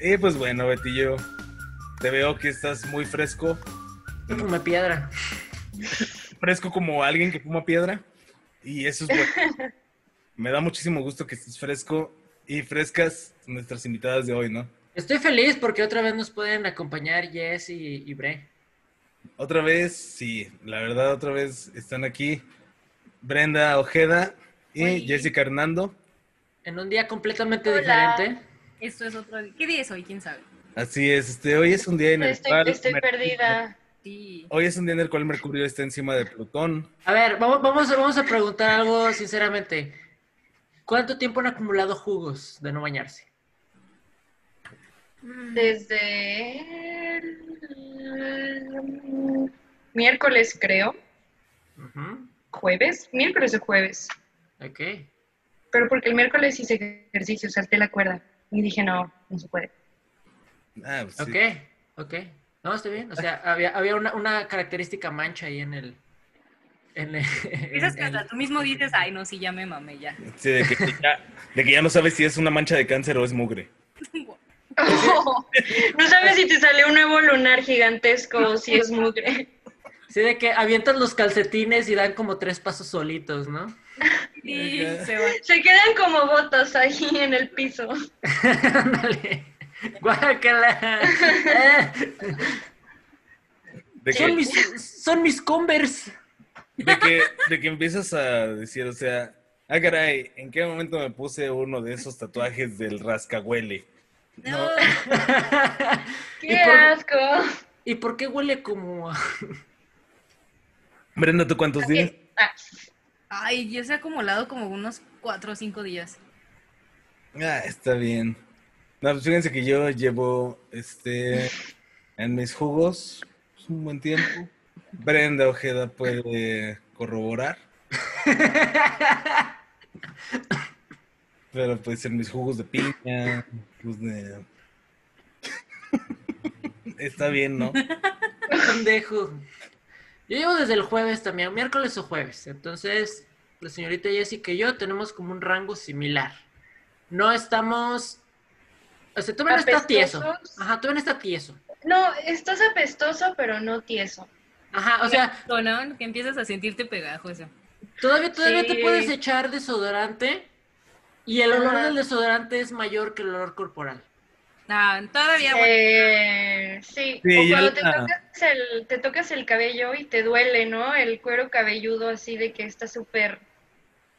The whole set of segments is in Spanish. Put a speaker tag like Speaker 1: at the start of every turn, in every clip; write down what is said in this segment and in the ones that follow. Speaker 1: Y pues bueno, Betillo, te veo que estás muy fresco.
Speaker 2: Una piedra.
Speaker 1: Fresco como alguien que fuma piedra. Y eso es bueno. Me da muchísimo gusto que estés fresco y frescas nuestras invitadas de hoy, ¿no?
Speaker 2: Estoy feliz porque otra vez nos pueden acompañar Jess y, y Bre.
Speaker 1: Otra vez, sí, la verdad, otra vez están aquí Brenda Ojeda y
Speaker 3: Oye.
Speaker 1: Jessica Hernando.
Speaker 2: En un día completamente
Speaker 3: Hola.
Speaker 2: diferente.
Speaker 3: Esto es otro día. ¿Qué día es hoy? ¿Quién sabe?
Speaker 1: Así es, este, hoy es un día en el
Speaker 4: Estoy,
Speaker 1: cual
Speaker 4: estoy
Speaker 1: Mercurio-
Speaker 4: perdida.
Speaker 3: Sí.
Speaker 1: Hoy es un día en el cual Mercurio está encima de Plutón.
Speaker 2: A ver, vamos, vamos, vamos a preguntar algo sinceramente. ¿Cuánto tiempo han acumulado jugos de no bañarse?
Speaker 4: Desde el miércoles, creo.
Speaker 2: Ujú,
Speaker 4: ¿Jueves? Miércoles o jueves.
Speaker 2: Ok.
Speaker 4: Pero porque el miércoles hice ejercicio, salté la cuerda. Y dije, no, no se puede.
Speaker 1: Ah, pues sí.
Speaker 2: Ok, ok. No, está bien. O sea, había, había una, una característica mancha ahí en el. En el-
Speaker 3: Esas
Speaker 2: en
Speaker 3: que
Speaker 2: el-
Speaker 3: hasta tú mismo dices, ay, no, sí, ya me mamé, ya.
Speaker 1: Sí, de, que ya, de que ya no sabes si es una mancha de cáncer o es mugre.
Speaker 4: no sabes si te sale un nuevo lunar gigantesco o si es mugre.
Speaker 2: Sí, de que avientas los calcetines y dan como tres pasos solitos, ¿no?
Speaker 3: Sí,
Speaker 1: Ajá.
Speaker 3: se va.
Speaker 4: Se quedan como botas ahí en el piso.
Speaker 2: Ándale. Guácala. Eh,
Speaker 1: De que,
Speaker 2: son, mis, son mis Converse.
Speaker 1: de que, de que empiezas a decir, o sea, ah, caray, ¿en qué momento me puse uno de esos tatuajes del rascahuele?
Speaker 3: No,
Speaker 4: ¡Qué
Speaker 2: por-
Speaker 4: asco!
Speaker 2: ¿Y por qué huele como a-
Speaker 1: Brenda, ¿tú cuántos días?
Speaker 4: Ah,
Speaker 3: ay, yo se he acumulado como unos cuatro o cinco días.
Speaker 1: Ah, está bien. No, pues fíjense que yo llevo este en mis jugos pues, un buen tiempo. Brenda Ojeda puede corroborar. Pero puede ser mis jugos de piña, jugos de. Está bien, ¿no?
Speaker 2: pendejo? Yo llevo desde el jueves también, miércoles o jueves. Entonces, la señorita Jessica y yo tenemos como un rango similar. No estamos. O sea, todavía no está tieso.
Speaker 4: Apestosos.
Speaker 2: Ajá, todavía no está tieso.
Speaker 4: no, estás apestoso, pero no tieso.
Speaker 2: Ajá, o sea,
Speaker 3: No, no, que empiezas a sentirte pegajoso.
Speaker 2: Todavía, todavía te
Speaker 4: Sí.
Speaker 2: puedes echar desodorante y el olor
Speaker 4: Ajá.
Speaker 2: del desodorante es mayor que el olor corporal.
Speaker 3: Ah, todavía, bueno,
Speaker 4: Eh, sí,
Speaker 1: Sí,
Speaker 4: o
Speaker 1: yo
Speaker 4: cuando
Speaker 1: la-
Speaker 4: te tocas, el, te tocas el cabello y te duele, ¿no? El cuero cabelludo así de que está súper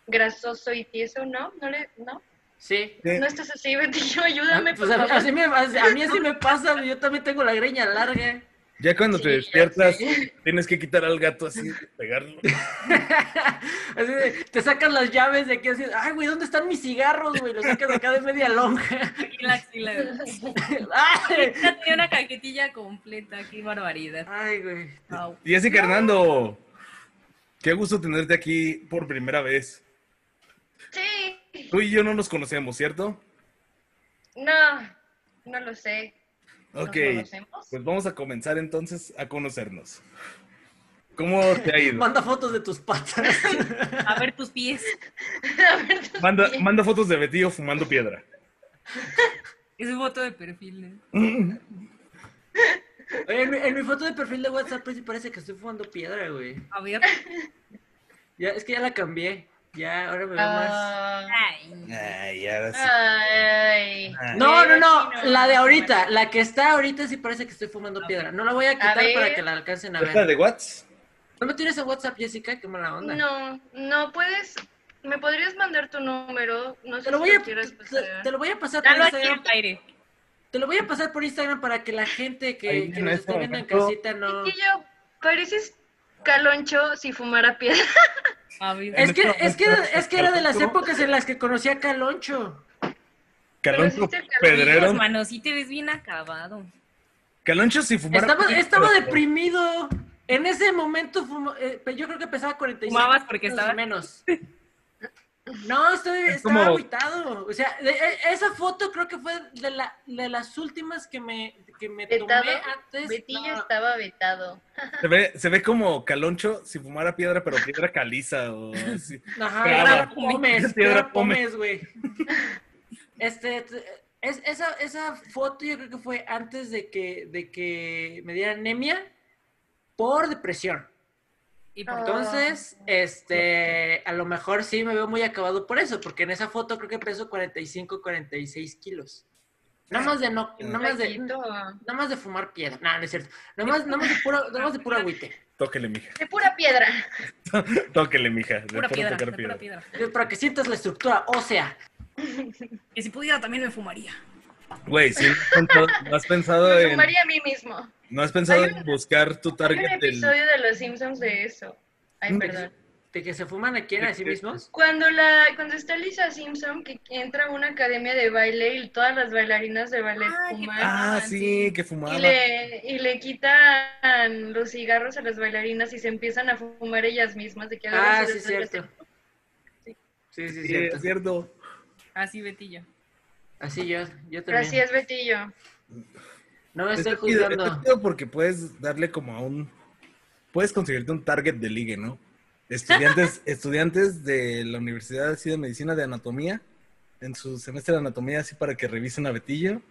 Speaker 4: grasoso y tieso, ¿no? No, le, ¿no?
Speaker 2: Sí.
Speaker 1: Sí.
Speaker 4: no estás así, Betillo, ayúdame,
Speaker 2: Ah, pues
Speaker 4: por
Speaker 2: a,
Speaker 4: favor.
Speaker 2: así me- así- a mí así me pasa, yo también tengo la greña larga.
Speaker 1: Ya cuando te
Speaker 4: Sí, ya
Speaker 1: despiertas,
Speaker 4: sé.
Speaker 1: tienes que quitar al gato así, pegarlo.
Speaker 2: Así de, te sacas las llaves de aquí así, ay güey, ¿dónde están mis cigarros, güey? Los sacas acá de media lonja.
Speaker 3: aquí en la axila.
Speaker 2: Ay,
Speaker 3: Ya tenía una cajetilla completa, qué barbaridad.
Speaker 2: ay, güey.
Speaker 3: Au.
Speaker 1: Jessica Hernando, qué gusto tenerte aquí por primera vez.
Speaker 4: Sí,
Speaker 1: Tú y yo no nos conocemos, ¿cierto?
Speaker 4: no, no lo sé. ¿Nos
Speaker 1: Ok.
Speaker 4: conocemos?
Speaker 1: Pues vamos a comenzar entonces a conocernos. ¿Cómo te ha ido?
Speaker 2: Manda fotos de tus patas.
Speaker 3: A ver tus pies.
Speaker 4: A ver, tus
Speaker 1: Manda,
Speaker 4: pies.
Speaker 1: manda fotos de Betillo fumando piedra.
Speaker 3: Es un voto de perfil. ¿eh? ¿no?
Speaker 2: Oye, en, mi, en mi foto de perfil de WhatsApp pues, sí parece que estoy fumando piedra, güey.
Speaker 3: A ver.
Speaker 2: Ya, es que ya la cambié. Ya, ahora me veo más.
Speaker 4: Ah,
Speaker 3: Ay.
Speaker 1: Ay, ahora sí.
Speaker 4: Ay.
Speaker 1: Ay.
Speaker 2: No, no,
Speaker 4: Pero
Speaker 2: no,
Speaker 4: sí, no,
Speaker 2: la de
Speaker 4: no,
Speaker 2: ahorita, la que está ahorita sí parece que estoy fumando piedra. No la voy a quitar
Speaker 4: ver.
Speaker 2: para que la alcancen a
Speaker 1: ¿Esta
Speaker 2: ver.
Speaker 1: de Watts?
Speaker 2: ¿No me tienes en WhatsApp, Jessica? Qué mala onda.
Speaker 4: No, no puedes. ¿Me podrías mandar tu número? No sé
Speaker 2: Te lo
Speaker 4: si
Speaker 2: voy a,
Speaker 4: quieras
Speaker 2: te-
Speaker 4: pasar.
Speaker 2: te lo voy a pasar por
Speaker 3: Dalo aquí en
Speaker 2: Instagram.
Speaker 3: el aire.
Speaker 2: Te lo voy a pasar por Instagram para que la gente que,
Speaker 1: Ahí
Speaker 2: que
Speaker 1: en
Speaker 2: nos
Speaker 1: este
Speaker 2: está viendo en
Speaker 1: momento.
Speaker 2: casita no.
Speaker 4: Betillo, pareces caloncho si fumara piedra.
Speaker 3: A ver.
Speaker 2: Es que, es que,
Speaker 1: este momento.
Speaker 2: es que era de las épocas en las que conocí a Caloncho.
Speaker 1: Caloncho
Speaker 4: Pero sí te
Speaker 1: Pedrero.
Speaker 3: Hijos, mano, sí te ves bien acabado.
Speaker 1: Caloncho si fumara.
Speaker 2: Estaba,
Speaker 1: piedra.
Speaker 2: estaba deprimido. En ese momento fumo- eh, pe- yo creo que pesaba 45
Speaker 3: Fumabas porque
Speaker 2: kilos y
Speaker 3: estaba-
Speaker 2: menos. No, estoy,
Speaker 1: Es
Speaker 2: estaba
Speaker 1: como-
Speaker 2: agüitado. O sea, de- e- esa foto creo que fue de, la- de las últimas que me, que me tomé
Speaker 4: Vetado.
Speaker 2: antes.
Speaker 4: Betillo
Speaker 2: No,
Speaker 4: estaba vetado.
Speaker 1: Se ve, se ve como Caloncho si fumara piedra, pero piedra caliza. O así. Brava.
Speaker 2: Ajá, Piedra Pómez,
Speaker 1: Piedra
Speaker 2: Piedra
Speaker 1: Pómez.
Speaker 2: Pómez, güey. Este, t- Es, esa, esa foto yo creo que fue antes de que, de que me diera anemia por depresión.
Speaker 3: Y
Speaker 4: Ah.
Speaker 3: por
Speaker 2: Entonces, este, a lo mejor sí me veo muy acabado por eso, porque en esa foto creo que peso 45, 46 kilos. Nada más de no, nada más de,
Speaker 4: Poquito.
Speaker 2: nada más de fumar piedra. No, no es cierto. Nada más, nada más de puro, nada más de puro agüite.
Speaker 1: Tóquele, mija.
Speaker 4: De pura piedra.
Speaker 1: Tóquele, mija. De puro
Speaker 3: pura piedra,
Speaker 1: tocar
Speaker 3: de
Speaker 1: piedra.
Speaker 3: pura piedra.
Speaker 2: Para que sientas la estructura ósea.
Speaker 3: Que si pudiera también me fumaría.
Speaker 1: Güey, sí, no, no has pensado
Speaker 4: Me
Speaker 1: en,
Speaker 4: sumaría a mí mismo.
Speaker 1: no has pensado
Speaker 4: Pues, Hay un-
Speaker 1: en buscar tu
Speaker 4: Hay un
Speaker 1: target del...
Speaker 4: episodio de Los Simpsons de eso. Ay, perdón.
Speaker 2: De que se fuman aquí a sí mismos.
Speaker 4: Cuando la, cuando está Lisa Simpson, que entra a una academia de baile y todas las bailarinas de ballet
Speaker 3: Ah, qué
Speaker 4: fuman
Speaker 1: Ah, sí, que fumaba.
Speaker 4: y le, y le quitan los cigarros a las bailarinas y se empiezan a fumar ellas mismas de que ahora
Speaker 2: Ah, sí,
Speaker 4: se les-
Speaker 2: cierto. Sí, sí,
Speaker 1: Sí, es
Speaker 2: cierto.
Speaker 1: cierto.
Speaker 3: Así, Betillo.
Speaker 2: Así yo, yo
Speaker 4: Pero así
Speaker 2: también.
Speaker 4: es Betillo.
Speaker 2: No me estoy
Speaker 1: Está chido, está
Speaker 2: juzgando.
Speaker 1: chido porque puedes darle como a un... Puedes conseguirte un target de ligue, ¿no? Estudiantes, estudiantes de la Universidad así, de Medicina de Anatomía, en su semestre de Anatomía, así para que revisen a Betillo.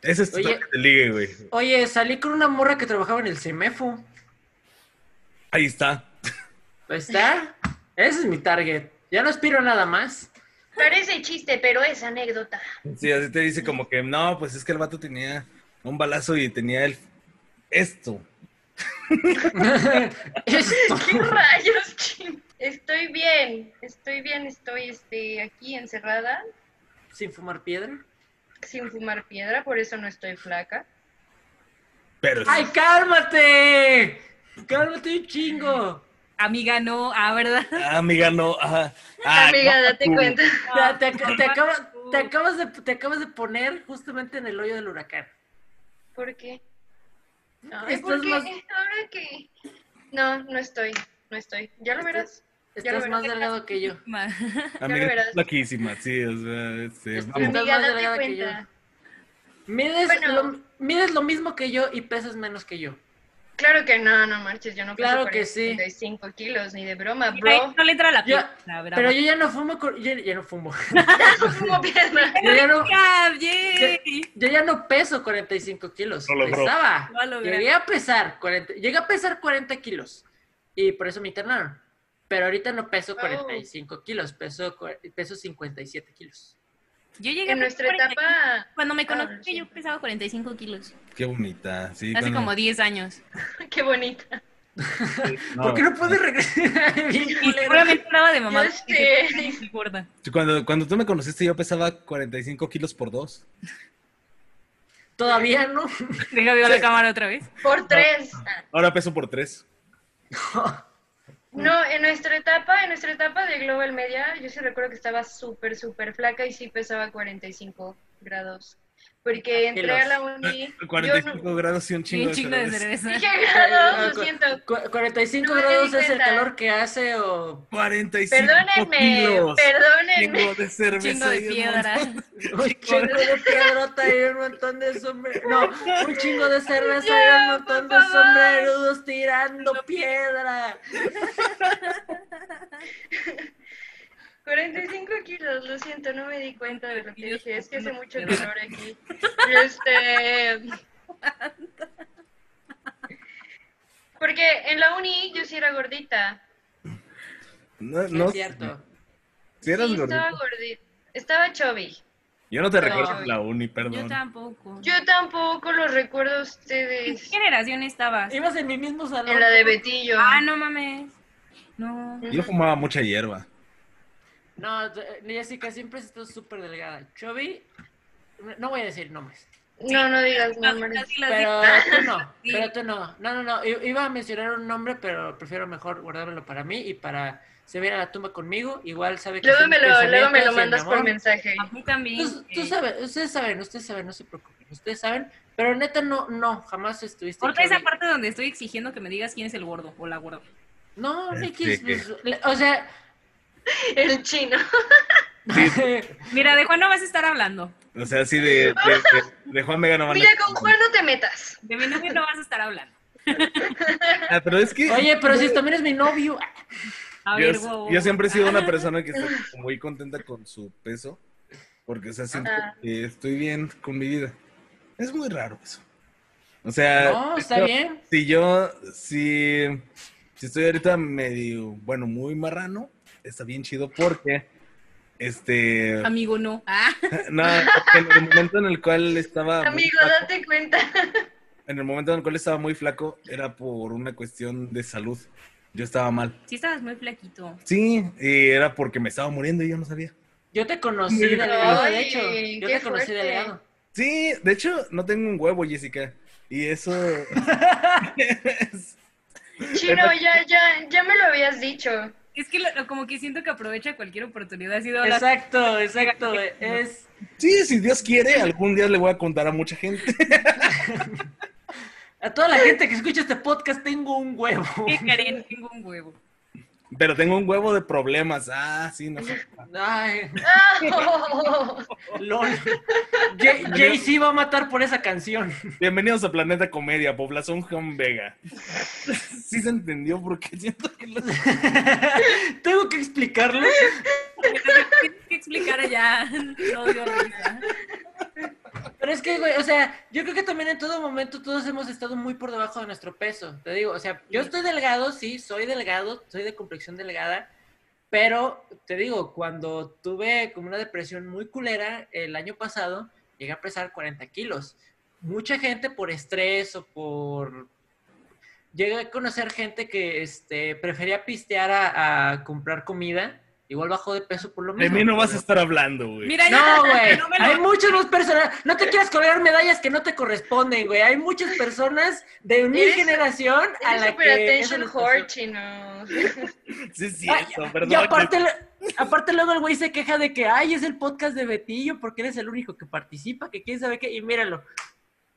Speaker 1: Ese es tu
Speaker 2: Oye.
Speaker 1: target de ligue, güey.
Speaker 2: Oye, salí con una morra que trabajaba en el CEMEFO.
Speaker 1: Ahí está.
Speaker 2: Ahí Pues está. Ese es mi target. Ya no aspiro a nada más.
Speaker 4: Parece chiste, pero es anécdota.
Speaker 1: Sí, así te dice como que, no, pues es que el vato tenía un balazo y tenía el... Esto.
Speaker 2: Esto.
Speaker 4: ¿Qué rayos, ching? Estoy bien, estoy bien, estoy este, aquí encerrada,
Speaker 2: Sin fumar piedra.
Speaker 4: sin fumar piedra, por eso no estoy flaca.
Speaker 1: Pero...
Speaker 2: ¡Ay, cálmate! ¡Cálmate un chingo!
Speaker 3: Amiga, no, ah, ¿verdad?
Speaker 1: Ah, amiga, no. Ajá. Ah,
Speaker 4: Amiga,
Speaker 1: no,
Speaker 4: date
Speaker 1: tú.
Speaker 4: cuenta.
Speaker 2: Te, te- te acabas, te acabas de, te acabas de poner justamente en el hoyo del huracán.
Speaker 4: ¿Por qué? Ay,
Speaker 2: Estás
Speaker 4: ¿por qué?
Speaker 2: más-
Speaker 4: ¿Ahora qué? No, no estoy, no estoy. ¿Ya lo verás? Ya lo
Speaker 2: Estás
Speaker 4: verás.
Speaker 2: más delgado que yo.
Speaker 3: Ma-
Speaker 4: Ya lo
Speaker 1: Amiga,
Speaker 4: verás.
Speaker 1: es flaquísima, sí, o sea, este,
Speaker 2: Estoy
Speaker 1: vamos.
Speaker 2: más
Speaker 4: Amiga, date
Speaker 2: delgada que yo.
Speaker 4: cuenta.
Speaker 2: Mides,
Speaker 4: Bueno.
Speaker 2: lo, mides lo mismo que yo y pesas menos que yo.
Speaker 4: Claro que no, no marches, yo no peso
Speaker 2: Claro que sí.
Speaker 4: 45 kilos, ni de broma,
Speaker 3: Ay,
Speaker 4: bro.
Speaker 3: No le entra la
Speaker 2: Yo-
Speaker 3: piedra, brava.
Speaker 2: Pero yo ya no fumo. cor- Yo ya no fumo.
Speaker 4: Ya no fumo piedra.
Speaker 2: Yo ya no,
Speaker 3: ¡Ya, yay!
Speaker 2: Yo ya no peso 45 kilos.
Speaker 1: No logró.
Speaker 2: Pesaba.
Speaker 3: No logró.
Speaker 2: Llegué a pesar 40, llegué a pesar 40 kilos. Y por eso me internaron. Pero ahorita no peso
Speaker 4: Oh.
Speaker 2: 45 kilos, peso, cua- peso 57 kilos.
Speaker 3: Yo llegué a
Speaker 4: En nuestra
Speaker 3: pesar 40
Speaker 4: etapa,
Speaker 3: Cuando me
Speaker 4: Ah,
Speaker 3: conocí,
Speaker 4: sí.
Speaker 3: yo pesaba 45 kilos.
Speaker 1: Qué bonita, sí.
Speaker 3: Hace
Speaker 1: cuando-
Speaker 3: como 10 años.
Speaker 4: qué bonita.
Speaker 1: no,
Speaker 2: ¿Por qué no puedes regresar? Bien
Speaker 3: Y
Speaker 2: culero.
Speaker 3: seguramente hablaba de mamá.
Speaker 4: Yo sé.
Speaker 3: Muy gorda.
Speaker 1: Cuando, cuando tú me conociste yo pesaba 45 kilos por dos.
Speaker 2: Todavía no.
Speaker 3: Deja ver la cámara otra vez.
Speaker 4: Por tres.
Speaker 1: Ahora peso por tres.
Speaker 4: No, en nuestra etapa, en nuestra etapa de Global Media, yo sí recuerdo que estaba súper, súper flaca y sí pesaba 45 grados. Porque entré a la uni. Yo
Speaker 1: 45 grados y un
Speaker 3: Y
Speaker 1: chingo
Speaker 3: un
Speaker 1: de
Speaker 3: chingo de
Speaker 1: cerveza.
Speaker 3: cerveza.
Speaker 4: dije grados, lo siento.
Speaker 2: Cu- 45
Speaker 4: No me di
Speaker 2: grados es el
Speaker 4: cuenta.
Speaker 2: calor que hace o
Speaker 1: 45
Speaker 4: Perdónenme,
Speaker 1: kilos.
Speaker 4: perdónenme.
Speaker 1: Chingo de cerveza.
Speaker 3: Chingo de
Speaker 1: y un
Speaker 3: piedra.
Speaker 1: montón-
Speaker 2: un chingo de piedrota y un montón de sombreros. No, un chingo de cerveza y un montón de
Speaker 4: por favor.
Speaker 2: sombrerudos tirando piedra.
Speaker 4: 45 kilos, lo siento, no me di cuenta de lo que
Speaker 3: Kilos,
Speaker 4: dije. Es que hace
Speaker 3: no,
Speaker 4: mucho
Speaker 3: perdón.
Speaker 4: calor aquí. Este. Porque en la uni yo sí era gordita.
Speaker 1: No,
Speaker 2: No
Speaker 1: no,
Speaker 2: es cierto.
Speaker 1: Si eras
Speaker 4: sí, estaba
Speaker 1: gordito.
Speaker 4: gordita. Estaba chubby.
Speaker 1: Yo no te
Speaker 4: No.
Speaker 1: recuerdo en la uni,
Speaker 3: Yo
Speaker 1: perdón.
Speaker 3: tampoco.
Speaker 4: Yo tampoco los recuerdo a
Speaker 3: ¿En qué
Speaker 4: ustedes.
Speaker 3: generación estabas?
Speaker 2: Ibas en mi mismo salón.
Speaker 4: En la de Betillo.
Speaker 3: Ah, no mames. No.
Speaker 1: Yo fumaba mucha hierba.
Speaker 2: No, eh, t- Jessica siempre has estado súper delgada. Chubby, no voy a decir nombres,
Speaker 4: No, no digas
Speaker 3: Las-
Speaker 4: nombres.
Speaker 3: las- las-
Speaker 2: pero tú no, pero tú no. No, no, no, i- iba a mencionar un nombre, pero prefiero mejor guardármelo para mí y para se viera a la tumba conmigo. Igual sabe que...
Speaker 4: Luego
Speaker 2: son
Speaker 4: me lo,
Speaker 2: pensamientos
Speaker 4: luego me lo
Speaker 2: y
Speaker 4: mandas por
Speaker 2: amor.
Speaker 4: mensaje.
Speaker 3: A mí también.
Speaker 2: Tú, tú
Speaker 3: eh,
Speaker 2: sabes, ustedes saben, ustedes saben, no se preocupen, ustedes saben, pero neta no, no, jamás estuviste.
Speaker 3: Corta esa
Speaker 2: chubby.
Speaker 3: parte donde estoy exigiendo que me digas quién es el gordo o la gorda.
Speaker 2: No, Ricky,
Speaker 1: Este.
Speaker 2: pues, le- o sea,
Speaker 4: El chino.
Speaker 3: Mira, de Juan no vas a estar hablando.
Speaker 1: O sea, así de, de, de- de Juan Vega no van a-
Speaker 4: Mira, con Juan no te metas.
Speaker 3: De mi novio no vas a estar hablando.
Speaker 1: Ah, pero es que...
Speaker 2: oye, pero si también es mi novio.
Speaker 3: A
Speaker 1: Yo,
Speaker 3: ver, wow.
Speaker 1: yo siempre he sido una persona que está como muy contenta con su peso. Porque, o sea, siento
Speaker 4: Ajá.
Speaker 1: que estoy bien con mi vida. Es muy raro eso. O sea,
Speaker 2: No, está
Speaker 1: yo-
Speaker 2: bien.
Speaker 1: si yo, si, si estoy ahorita medio, bueno, muy marrano, está bien chido porque, este,
Speaker 3: Amigo, no. Ah,
Speaker 1: no, en el momento en el cual estaba... muy
Speaker 4: Amigo,
Speaker 1: flaco-
Speaker 4: date cuenta.
Speaker 1: en el momento en el cual estaba muy flaco era por una cuestión de salud. Yo estaba mal.
Speaker 3: sí estabas muy flaquito.
Speaker 1: Sí, y era porque me estaba muriendo y yo no sabía.
Speaker 2: Yo te conocí
Speaker 1: Ay,
Speaker 2: delgado, de hecho. Yo
Speaker 4: qué
Speaker 2: te conocí
Speaker 4: fuerte.
Speaker 2: delgado.
Speaker 1: Sí, de hecho, no tengo un huevo, Jessica. Y eso...
Speaker 4: Chino, ya, ya, ya me lo habías dicho.
Speaker 3: Es que lo- como que siento que aprovecha cualquier oportunidad. Así de hablar.
Speaker 2: Exacto, exacto. Es,
Speaker 1: Sí, si Dios quiere, algún día le voy a contar a mucha gente.
Speaker 2: a toda la gente que escucha este podcast tengo un huevo.
Speaker 3: ¿Qué, Karen? Tengo un huevo.
Speaker 1: Pero tengo un huevo de problemas. Ah, sí, no.
Speaker 2: Ay,
Speaker 4: Ah,
Speaker 2: lol. Jay- Jay-Z va a matar por esa canción.
Speaker 1: Bienvenidos a Planeta Comedia, población Juan Vega. Sí se entendió porque siento que lo-
Speaker 2: Tengo que explicarlo.
Speaker 3: Tienes que explicar allá. No dio risa.
Speaker 2: Pero es que, güey, o sea, yo creo que también en todo momento todos hemos estado muy por debajo de nuestro peso. Te digo, o sea, yo estoy delgado, sí, soy delgado, soy de complexión delgada, pero te digo, cuando tuve como una depresión muy culera el año pasado, llegué a pesar 40 kilos. Mucha gente por estrés o por... Llegué a conocer gente que este, prefería pistear a, a comprar comida. Igual bajó de peso por lo
Speaker 1: de
Speaker 2: menos.
Speaker 1: mí no vas a estar hablando, güey.
Speaker 3: Mira,
Speaker 2: No, güey.
Speaker 3: no me lo-
Speaker 2: Hay muchas más personas. No te quieras colgar medallas que no te corresponden, güey. Hay muchas personas de mi
Speaker 4: Eres-
Speaker 2: generación a
Speaker 4: eres
Speaker 2: la
Speaker 4: super
Speaker 2: que.
Speaker 4: attention
Speaker 2: eso les
Speaker 4: whore,
Speaker 2: pasó.
Speaker 4: chino.
Speaker 1: Sí, es
Speaker 2: Ay,
Speaker 1: cierto, perdón.
Speaker 2: Y aparte, aparte luego el güey se queja de que, ay, es el podcast de Betillo porque eres el único que participa, que quién sabe qué. Y míralo,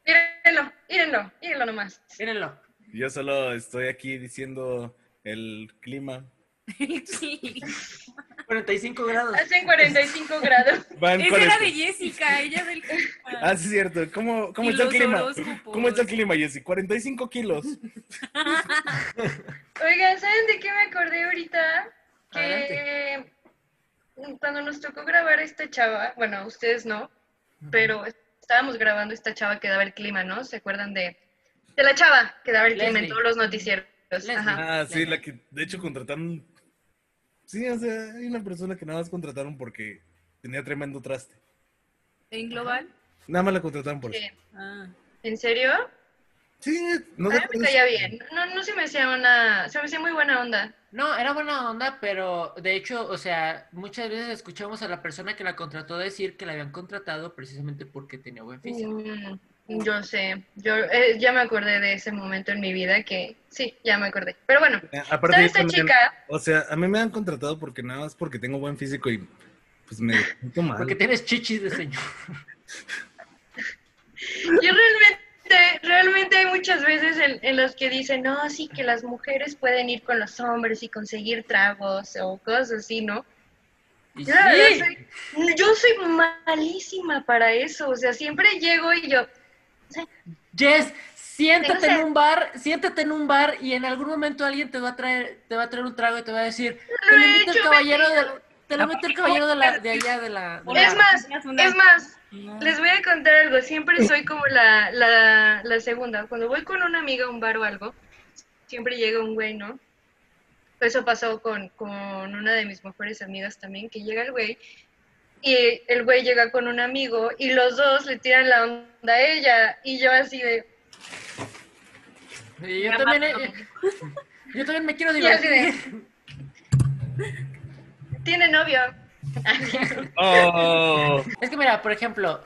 Speaker 4: Mírenlo, mírenlo, mírenlo nomás.
Speaker 2: mírenlo.
Speaker 1: Yo solo estoy aquí diciendo el clima.
Speaker 3: Sí.
Speaker 2: 45 grados.
Speaker 4: Hacen 45 grados.
Speaker 1: Van
Speaker 3: Esa
Speaker 1: cuarenta.
Speaker 3: era de Jessica, ella del
Speaker 1: Ah, sí, es cierto. ¿Cómo, cómo
Speaker 3: Y
Speaker 1: está el
Speaker 3: los pues.
Speaker 1: clima?
Speaker 3: horóscopos.
Speaker 1: ¿Cómo está el clima, Jessy? 45 kilos.
Speaker 4: Oigan, ¿saben de qué me acordé ahorita? Que
Speaker 2: Adelante.
Speaker 4: cuando nos tocó grabar a esta chava, bueno, ustedes no, pero estábamos grabando esta chava que daba el clima, ¿no? ¿Se acuerdan de, de la chava que daba el clima
Speaker 2: Leslie.
Speaker 4: en todos los noticieros?
Speaker 2: Leslie.
Speaker 4: Ajá.
Speaker 1: Ah, sí, la que de hecho contrataron. Sí, o sea, hay una persona que nada más contrataron porque tenía tremendo traste.
Speaker 3: ¿En global?
Speaker 1: Nada más la contrataron por eso.
Speaker 4: Sí.
Speaker 3: Ah.
Speaker 4: ¿En serio?
Speaker 1: Sí, no
Speaker 4: A mí
Speaker 1: sé.
Speaker 4: me caía bien. No, no se me hacía una. Se me hacía muy buena onda.
Speaker 2: No, era buena onda, pero de hecho, o sea, muchas veces escuchamos a la persona que la contrató decir que la habían contratado precisamente porque tenía buen físico.
Speaker 4: Mm, yo sé. Yo eh, ya me acordé de ese momento en mi vida que. Sí, ya me acordé. Pero bueno,
Speaker 1: Eh, Aparte,
Speaker 4: ¿sabe
Speaker 1: yo
Speaker 4: esta
Speaker 1: también-
Speaker 4: chica?
Speaker 1: o sea, a mí me han contratado porque nada más porque tengo buen físico y pues me siento mal.
Speaker 2: Porque tienes chichis de señor.
Speaker 4: Yo realmente, realmente hay muchas veces en, en las que dicen, no, sí, que las mujeres pueden ir con los hombres y conseguir tragos o cosas así, ¿no?
Speaker 2: Y
Speaker 4: Yo, la verdad,
Speaker 2: sí.
Speaker 4: soy, yo soy malísima para eso, o sea, siempre llego y yo,
Speaker 2: Jess, siéntate
Speaker 4: Tengo
Speaker 2: en un bar, siéntate en un bar y en algún momento alguien te va a traer, te va a traer un trago y te va a decir, te
Speaker 4: Lo
Speaker 2: lo
Speaker 4: he
Speaker 2: invito el
Speaker 4: hecho,
Speaker 2: caballero de,
Speaker 4: bendito.
Speaker 2: te lo invito el caballero de la, de allá de la. de
Speaker 4: es
Speaker 2: la-
Speaker 4: más,
Speaker 3: Una-
Speaker 4: es más,
Speaker 3: No.
Speaker 4: les voy a contar algo, siempre soy como la, la, la segunda, cuando voy con una amiga a un bar o algo, siempre llega un güey, ¿no? Eso pasó con, con una de mis mejores amigas también, que llega el güey y el güey llega con un amigo y los dos le tiran la onda a ella y yo así de...
Speaker 2: Y yo también, eh, yo también me quiero
Speaker 4: Y así de-
Speaker 2: divertir.
Speaker 4: Tiene novio.
Speaker 1: Oh,
Speaker 2: Es que mira, por ejemplo,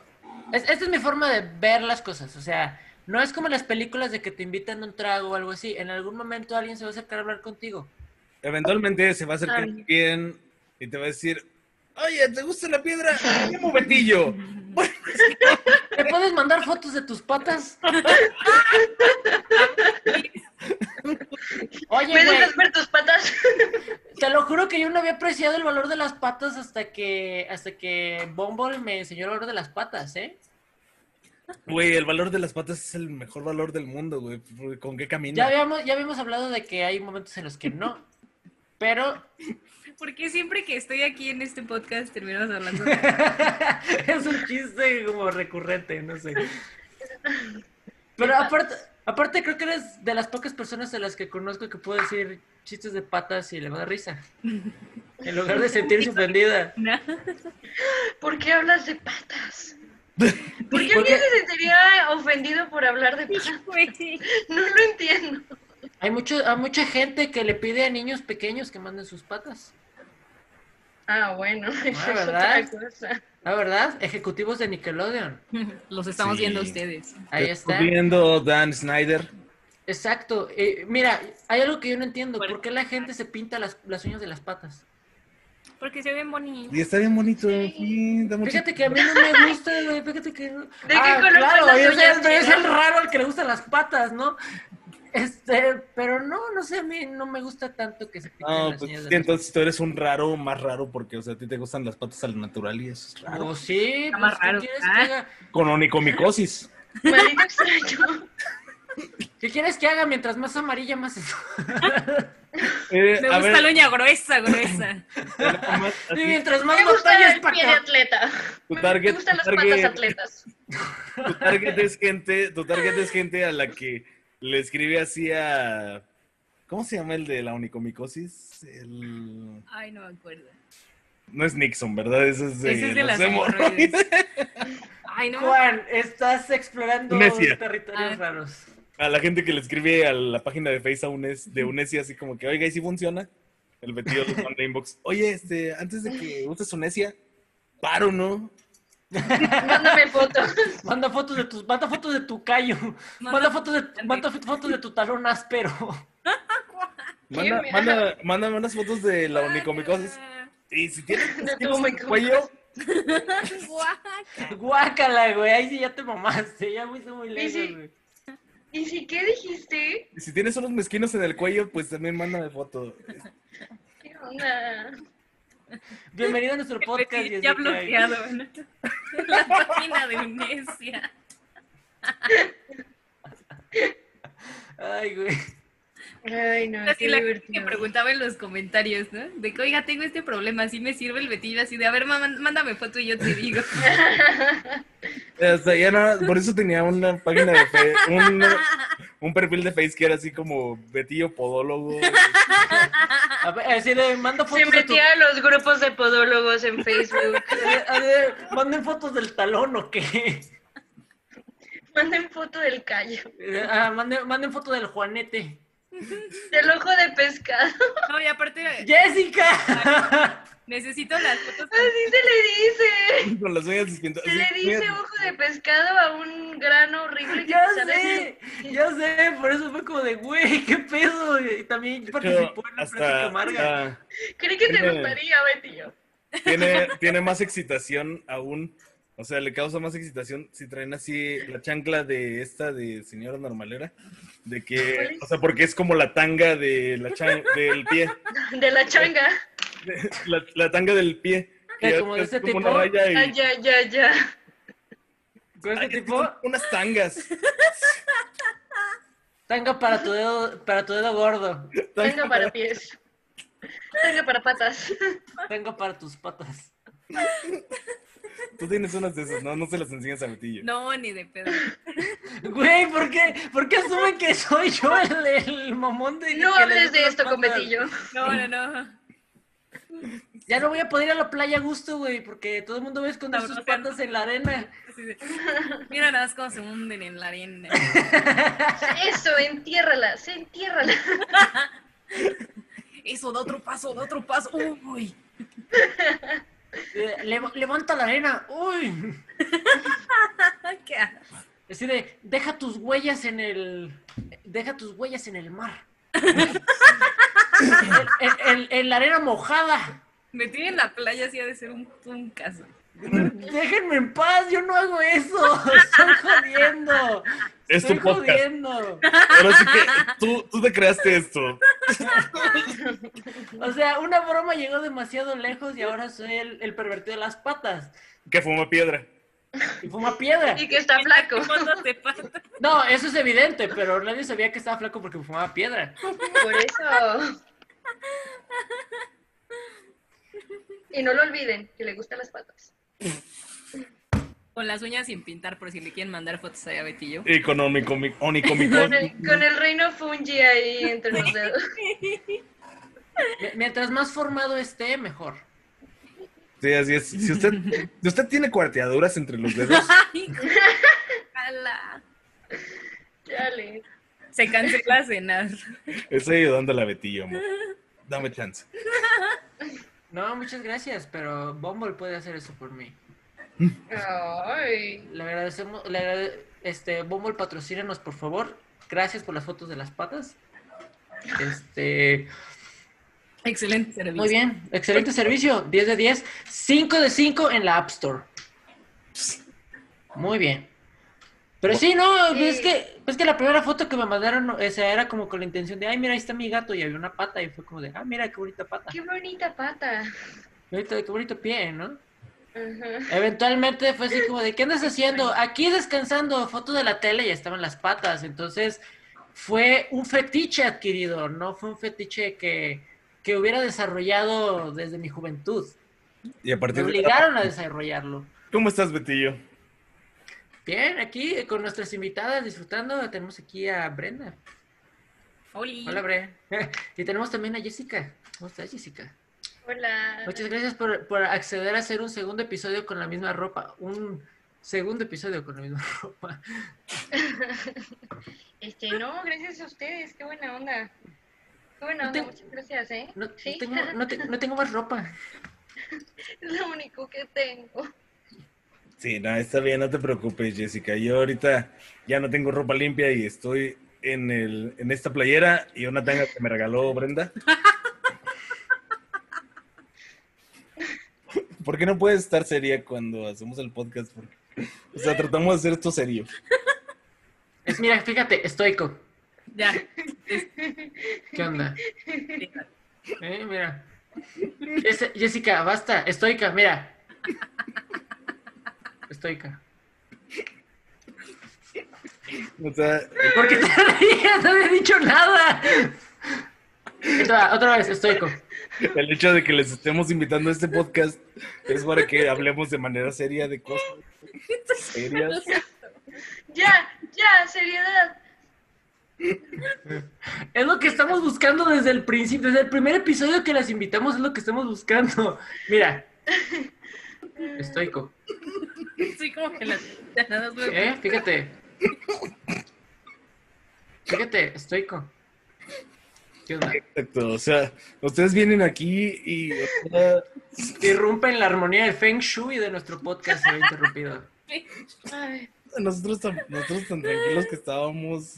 Speaker 2: es- esta es mi forma de ver las cosas, o sea, no es como las películas de que te invitan un trago o algo así. En algún momento alguien se va a acercar a hablar contigo.
Speaker 1: eventualmente se va a acercar
Speaker 4: Ay.
Speaker 1: bien y te va a decir, oye, ¿te gusta la piedra? ¡Llamo Betillo!
Speaker 2: ¿Te puedes mandar fotos de tus patas? Oye, güey,
Speaker 4: ¿Me dejas ver tus patas?
Speaker 2: Te lo juro que yo no había apreciado el valor de las patas hasta que hasta que Bumble me enseñó el valor de las patas, ¿eh?
Speaker 1: Güey, el valor de las patas es el mejor valor del mundo, güey. ¿Con qué camina?
Speaker 2: Ya habíamos ya habíamos hablado de que hay momentos en los que no. Pero
Speaker 3: Porque siempre que estoy aquí en este podcast terminamos hablando de
Speaker 2: es un chiste como recurrente, no sé. Pero aparte, aparte creo que eres de las pocas personas a las que conozco que puedo decir chistes de patas y le va a dar risa. En lugar de sentirse ofendida.
Speaker 3: una?
Speaker 4: ¿Por qué hablas de patas? ¿Por qué
Speaker 2: ¿Por qué?
Speaker 4: alguien se sentiría ofendido por hablar de patas? No lo entiendo.
Speaker 2: Hay mucho, hay mucha gente que le pide a niños pequeños que manden sus patas.
Speaker 4: Ah, bueno, eso es
Speaker 2: ¿verdad?
Speaker 4: otra cosa.
Speaker 2: La verdad, ejecutivos de Nickelodeon.
Speaker 3: Los estamos
Speaker 1: Sí.
Speaker 3: viendo a ustedes.
Speaker 2: Ahí
Speaker 1: Pues,
Speaker 2: está.
Speaker 1: Viendo Dan Snyder.
Speaker 2: Exacto. Eh, mira, hay algo que yo no entiendo. ¿Por qué la gente se pinta las, las uñas de las patas?
Speaker 3: Porque se ven bonitos.
Speaker 1: Y está bien bonito.
Speaker 4: Sí.
Speaker 1: sí, da mucho-
Speaker 2: Fíjate que a mí no me gusta, güey. Fíjate que. ¿De
Speaker 4: qué color son las
Speaker 2: es,
Speaker 4: uñas,
Speaker 2: el- es el
Speaker 4: chicas?
Speaker 2: raro al que le gustan las patas, ¿no? Este, pero no, no sé, a mí no me gusta tanto que se pinten
Speaker 1: No,
Speaker 2: las
Speaker 1: pues
Speaker 2: uñas
Speaker 1: es
Speaker 2: de
Speaker 1: que
Speaker 2: las
Speaker 1: entonces tú eres un raro más raro porque, o sea, a ti te gustan las patas al natural y eso es
Speaker 2: patas.
Speaker 1: raro.
Speaker 2: O sí,
Speaker 3: Está
Speaker 2: pues,
Speaker 3: más
Speaker 2: ¿qué
Speaker 3: raro,
Speaker 2: quieres
Speaker 3: ¿ah?
Speaker 2: que haga?
Speaker 1: Con onicomicosis.
Speaker 4: Maldito extraño.
Speaker 2: ¿Qué quieres que haga? Mientras más amarilla, más.
Speaker 1: Eh,
Speaker 3: Me
Speaker 1: a
Speaker 3: gusta
Speaker 1: ver,
Speaker 3: la uña gruesa, gruesa.
Speaker 1: nada más
Speaker 2: Y
Speaker 1: así,
Speaker 2: mientras más
Speaker 4: Me gusta
Speaker 2: batallas
Speaker 4: el pie
Speaker 2: para
Speaker 4: de
Speaker 2: acá.
Speaker 4: atleta.
Speaker 1: Tu
Speaker 4: Me
Speaker 1: target- tu
Speaker 4: gustan las
Speaker 1: target-
Speaker 4: patas atletas.
Speaker 1: tu target es gente, tu target es gente a la que le escribe así a ¿Cómo se llama el de la onicomicosis? El-
Speaker 3: Ay, no me acuerdo.
Speaker 1: No es Nixon, ¿verdad? Eso es de,
Speaker 3: Ese es de
Speaker 1: los
Speaker 3: las
Speaker 1: hemorroides.
Speaker 3: hemorroides. Ay, no me acuerdo.
Speaker 2: Juan, estás explorando
Speaker 1: Necia.
Speaker 2: territorios
Speaker 3: Ah.
Speaker 2: raros.
Speaker 1: A la gente que le escribe a la página de Face a un es- de Unesia así como que, oiga, ¿y si funciona? El metido les manda inbox. Oye, este, antes de que uses Unesia, paro, ¿no?
Speaker 4: Mándame fotos.
Speaker 2: Manda fotos de tus, manda fotos de tu callo. Manda, fotos de, manda fotos de tu talón áspero.
Speaker 1: Manda,
Speaker 4: Qué
Speaker 1: manda, manda unas fotos de la onicomicosis. Y si tienes
Speaker 4: De tu
Speaker 1: tienes un
Speaker 4: onicomicosis.
Speaker 1: cuello,
Speaker 3: Guaca.
Speaker 2: Guácala, güey. Ahí sí ya te mamaste. Ya fuiste muy lejos,
Speaker 4: sí.
Speaker 2: güey.
Speaker 4: ¿Y si qué dijiste?
Speaker 1: si tienes unos mezquinos en el cuello, pues también mándame foto.
Speaker 4: ¿Qué onda?
Speaker 2: Bienvenido a nuestro podcast.
Speaker 3: Ya
Speaker 2: Jessica.
Speaker 3: bloqueado. ¿no? La página de Unesia.
Speaker 2: Ay, güey.
Speaker 4: Ay, no,
Speaker 3: Así
Speaker 4: qué
Speaker 3: la gente que
Speaker 4: divertido.
Speaker 3: preguntaba en los comentarios, ¿no? De que, oiga, tengo este problema, ¿sí me sirve el betillo? Así de, a ver, mamá, mándame foto y yo te digo.
Speaker 1: Hasta ya nada, por eso tenía una página de fe, un, un perfil de Face que era así como Betillo Podólogo.
Speaker 2: A ver, así de, manda
Speaker 4: Se
Speaker 2: fotos de tu...
Speaker 4: metía a los grupos de podólogos en Facebook.
Speaker 2: a ver, manden fotos del talón o qué.
Speaker 4: Manden foto del callo.
Speaker 2: Ah, manden, manden foto del Juanete.
Speaker 4: Del ojo de pescado.
Speaker 3: No, y aparte,
Speaker 2: ¡Jessica!
Speaker 3: necesito las fotos. con-
Speaker 4: Así se le dice.
Speaker 1: Con las uñas distintas.
Speaker 4: Se le dice ojo de pescado a un grano horrible que
Speaker 2: Ya
Speaker 4: te sale en
Speaker 2: sé, ya sé, por eso fue como de, güey, qué pedo. Y también participó en la plática amarga.
Speaker 1: hasta,
Speaker 4: el- Creí que te
Speaker 1: Tiene-
Speaker 4: gustaría, Betillo.
Speaker 1: ah, tiene, tiene más excitación aún. O sea, le causa más excitación si traen así la chancla de esta de señora normalera. De
Speaker 4: ¿Cuál
Speaker 1: que,
Speaker 4: es?
Speaker 1: o sea, porque es como la tanga de la chan- del pie.
Speaker 4: De la changa.
Speaker 1: La, la tanga del pie.
Speaker 2: Eh,
Speaker 1: que
Speaker 2: como de
Speaker 1: es
Speaker 2: ese
Speaker 1: como
Speaker 2: tipo.
Speaker 1: una raya y-
Speaker 4: Ay, ya, ya, ya.
Speaker 2: Con este
Speaker 1: Ay, es que
Speaker 2: tipo,
Speaker 1: son Unas tangas.
Speaker 2: tanga para tu dedo, para tu dedo gordo.
Speaker 4: Tanga para pies. Tanga para patas.
Speaker 2: Tanga para tus patas.
Speaker 1: Tú tienes unas de esas, ¿no? No se las enseñas a Betillo.
Speaker 3: No, ni de pedo.
Speaker 2: Güey, ¿por qué, ¿por qué asumen que soy yo el, el mamón de...
Speaker 4: No
Speaker 2: que le
Speaker 4: hables
Speaker 2: gustan
Speaker 4: de
Speaker 2: las
Speaker 4: esto con
Speaker 2: patas?
Speaker 4: Betillo.
Speaker 3: No, no, no.
Speaker 2: Ya no voy a poder ir a la playa a gusto, güey, porque todo el mundo va a esconder sus
Speaker 3: Sabroseando.
Speaker 2: patas en la arena.
Speaker 3: Así de, mira nada más cómo se hunden en la arena.
Speaker 4: Eso, entiérralas, entiérralas.
Speaker 3: Eso, da otro paso, da otro paso. Uy.
Speaker 2: Eh, lev- levanta la arena, uy.
Speaker 3: ¿Qué haces?
Speaker 2: Así de, deja tus huellas en el. Deja tus huellas en el mar. en, en- en la arena mojada.
Speaker 3: Me tiene en la playa, así ha de ser un, un caso.
Speaker 2: Déjenme en paz, yo no hago eso. Estoy jodiendo.
Speaker 1: Es tu
Speaker 2: Estoy
Speaker 1: podcast.
Speaker 2: jodiendo.
Speaker 1: Ahora sí que tú, tú te creaste esto.
Speaker 2: O sea, una broma llegó demasiado lejos y ahora soy el, el pervertido de las patas.
Speaker 1: Que fuma piedra.
Speaker 2: Y fuma piedra.
Speaker 4: Y que está flaco.
Speaker 3: Fotos de patas.
Speaker 2: No, eso es evidente, pero nadie sabía que estaba flaco porque fumaba piedra.
Speaker 4: Por eso. Y no lo olviden, que le gustan las patas.
Speaker 3: Con las uñas sin pintar, por si le quieren mandar fotos allá a Betillo.
Speaker 1: Y con Onicomicon.
Speaker 4: Con el, con el reino fungi ahí entre los dedos.
Speaker 2: M- Mientras más formado esté, mejor.
Speaker 1: Sí, así es. Si usted, si usted tiene cuarteaduras entre los dedos,
Speaker 3: Ay, ojalá.
Speaker 4: Chale.
Speaker 3: Se cancela cenar.
Speaker 1: estoy ayudando a la Betillo, amor. Dame chance.
Speaker 2: No, muchas gracias, pero Bumble puede hacer eso por mí.
Speaker 4: Ay.
Speaker 2: Le agradecemos, le agrade- este, Bumble patrocínanos, por favor. Gracias por las fotos de las patas. Este,
Speaker 3: Excelente servicio.
Speaker 2: muy bien, excelente servicio, 10 de 10, 5 de 5 en la App Store. Muy bien. Pero sí, no, pues
Speaker 4: Sí.
Speaker 2: es que es que la primera foto que me mandaron, o sea, era como con la intención de, ay, mira, ahí está mi gato y había una pata y fue como de, ah, mira, qué bonita pata.
Speaker 4: Qué bonita pata.
Speaker 2: Ahorita, qué bonito pie, ¿no?
Speaker 4: Ajá.
Speaker 2: Eventualmente fue así como de, ¿qué andas haciendo? Aquí descansando, foto de la tele y estaban las patas. Entonces fue un fetiche adquirido, no fue un fetiche que, que hubiera desarrollado desde mi juventud.
Speaker 1: Y a
Speaker 2: Me
Speaker 1: partir de
Speaker 2: obligaron a desarrollarlo.
Speaker 1: ¿Cómo estás, Betillo?
Speaker 2: Bien, aquí eh, con nuestras invitadas disfrutando, tenemos aquí a Brenda.
Speaker 3: Oli.
Speaker 2: Hola, Bre. Y tenemos también a Jessica. ¿Cómo estás, Jessica?
Speaker 4: Hola.
Speaker 2: Muchas gracias por, por acceder a hacer un segundo episodio con la misma ropa. Un segundo episodio con la misma ropa.
Speaker 4: Este, no, gracias a ustedes. Qué buena onda. Qué buena
Speaker 2: No
Speaker 4: onda.
Speaker 2: te-
Speaker 4: Muchas gracias, ¿eh?
Speaker 2: No, no
Speaker 4: Sí.
Speaker 2: tengo, no te- no tengo más ropa.
Speaker 4: Es lo único que tengo.
Speaker 1: Sí, no, está bien, no te preocupes, Jessica. Yo ahorita ya no tengo ropa limpia y estoy en, el, en esta playera y una tanga que me regaló Brenda. ¿Por qué no puedes estar seria cuando hacemos el podcast? Porque, o sea, tratamos de hacer esto serio.
Speaker 2: Es, mira, fíjate, estoico.
Speaker 3: Ya.
Speaker 2: ¿Qué onda? Eh, mira. Es- Jessica, basta, estoica, mira. Estoica.
Speaker 1: O sea,
Speaker 2: ¿Por qué te ríes? No había dicho nada. Otra, otra vez, estoico.
Speaker 1: el hecho de que les estemos invitando a este podcast es para que hablemos de manera seria de cosas serias.
Speaker 4: Ya, ya, seriedad.
Speaker 2: Es lo que estamos buscando desde el principio, desde el primer episodio que las invitamos es lo que estamos buscando. Mira. Estoico.
Speaker 3: Soy como que las nada más me-
Speaker 2: Eh, fíjate. Fíjate, estoico. ¿Qué onda?
Speaker 1: Exacto, o sea, ustedes vienen aquí y... o sea,
Speaker 2: Irrumpe en la armonía del Feng Shui de nuestro podcast se ve interrumpido.
Speaker 4: Ay,
Speaker 1: Nosotros tan, nosotros tan tranquilos que estábamos.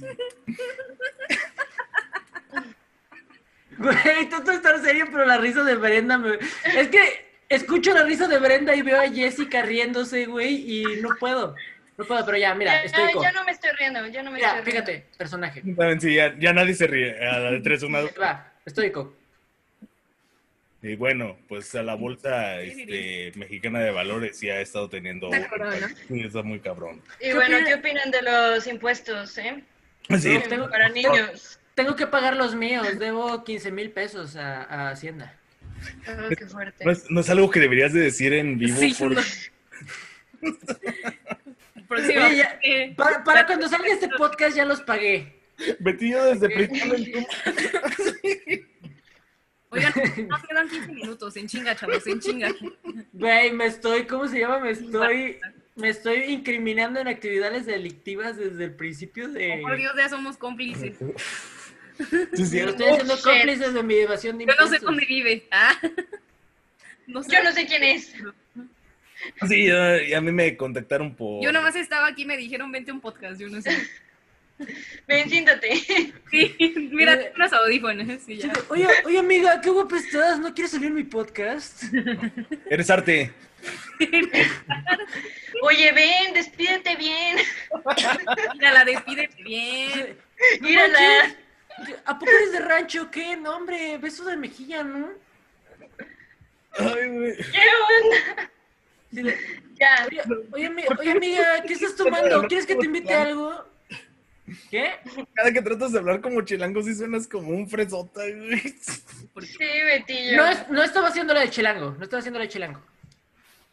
Speaker 2: Güey, tanto estar serio, pero la risa de Brenda me... Es que escucho la risa de Brenda y veo a Jessica riéndose, güey, y no puedo. No puedo, pero ya, mira,
Speaker 4: ya,
Speaker 2: estoico.
Speaker 4: ya no me estoy riendo, ya no me
Speaker 2: Mira,
Speaker 4: estoy riendo.
Speaker 2: fíjate, personaje.
Speaker 1: Saben, sí, ya, ya nadie se ríe. A la de tres, una. dos.
Speaker 2: Va, estoico.
Speaker 1: Y bueno, pues a la bolsa
Speaker 3: Sí, sí, sí.
Speaker 1: este, mexicana de valores ya ha estado teniendo.
Speaker 3: Está cabrón, ¿no?
Speaker 1: Sí, está muy cabrón.
Speaker 4: Y bueno,
Speaker 2: opinan?
Speaker 4: ¿qué opinan de los impuestos, eh?
Speaker 1: Sí,
Speaker 2: No, tengo-
Speaker 4: Para niños.
Speaker 2: Tengo que pagar los míos, debo 15 mil pesos a, a Hacienda.
Speaker 4: Oh, qué fuerte.
Speaker 1: no, es, no es algo que deberías de decir en vivo.
Speaker 3: Sí,
Speaker 1: por-
Speaker 3: no. Próximo.
Speaker 2: Oye, ya-
Speaker 3: Eh,
Speaker 2: Para, para cuando salga este podcast ya los pagué.
Speaker 1: Betillo desde principio.
Speaker 3: Oigan, nos quedan 15 minutos. En chinga, chavos, en chinga.
Speaker 2: Güey, me estoy, ¿cómo se llama? Me estoy, me estoy incriminando en actividades delictivas desde el principio de...
Speaker 4: Oh,
Speaker 3: Por Dios, ya somos cómplices.
Speaker 1: Sí, sí.
Speaker 2: Yo estoy haciendo
Speaker 4: Oh, shit.
Speaker 2: cómplices de mi evasión de
Speaker 3: Yo no
Speaker 2: impuestos.
Speaker 3: sé dónde vive. Ah. No sé.
Speaker 4: Yo no sé quién es.
Speaker 1: Sí, ya- y a mí me contactaron por.
Speaker 3: Yo nomás estaba aquí, me dijeron, vente a un podcast. Yo no sé.
Speaker 4: Ven, siéntate.
Speaker 3: Sí, mira, tengo unos audífonos. y ya.
Speaker 2: Oye, oye, amiga, qué guapa estás, ¿no quieres salir en mi podcast?
Speaker 1: Eres arte.
Speaker 4: Oye, ven, despídete bien.
Speaker 3: Mira, la despide bien.
Speaker 4: Mírala.
Speaker 2: ¿A poco eres de rancho? o ¿Qué? No, hombre, beso de mejilla, ¿no?
Speaker 1: Ay, güey.
Speaker 4: ¿Qué onda?
Speaker 2: Sí, de-
Speaker 4: Ya.
Speaker 2: Oye, oye, ami- oye, amiga, ¿qué estás tomando? ¿Quieres que te invite a algo? ¿Qué?
Speaker 1: Cada que tratas de hablar como chilango, sí suenas como un fresota, güey.
Speaker 4: Sí, Betillo.
Speaker 2: No, es- no estaba haciéndole de chilango, no estaba haciéndole de chilango.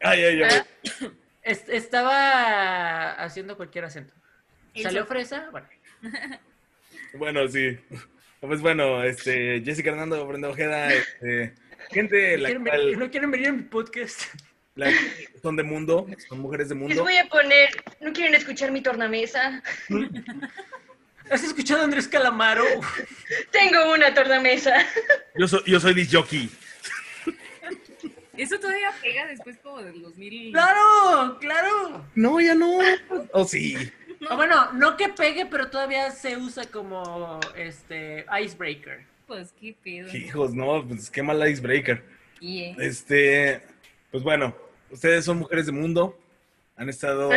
Speaker 1: Ay, ay, ay.
Speaker 3: Ah.
Speaker 2: Es- estaba haciendo cualquier acento.
Speaker 3: El
Speaker 2: ¿Salió
Speaker 3: so-
Speaker 2: fresa? Bueno.
Speaker 1: Bueno, sí. Pues bueno, este, Jessica Hernando, Brenda Ojeda, este, gente,
Speaker 2: ¿No
Speaker 1: la
Speaker 2: quieren,
Speaker 1: cual-
Speaker 2: venir, no quieren venir a mi podcast?
Speaker 1: la- son de mundo, son mujeres de
Speaker 4: Les
Speaker 1: mundo.
Speaker 4: voy a poner, no quieren escuchar mi tornamesa.
Speaker 2: ¿Has escuchado a Andrés Calamaro?
Speaker 4: Tengo una tornamesa.
Speaker 1: Yo soy, yo soy disc jockey.
Speaker 3: Eso todavía pega después como del 2000.
Speaker 2: ¡Claro! ¡Claro!
Speaker 1: No, ya no. Oh, sí.
Speaker 2: O bueno, no que pegue, pero todavía se usa como este icebreaker.
Speaker 3: Pues qué pedo.
Speaker 1: Hijos, no, pues qué mal icebreaker.
Speaker 3: Y, eh,
Speaker 1: Este, pues bueno, ustedes son mujeres de mundo, han estado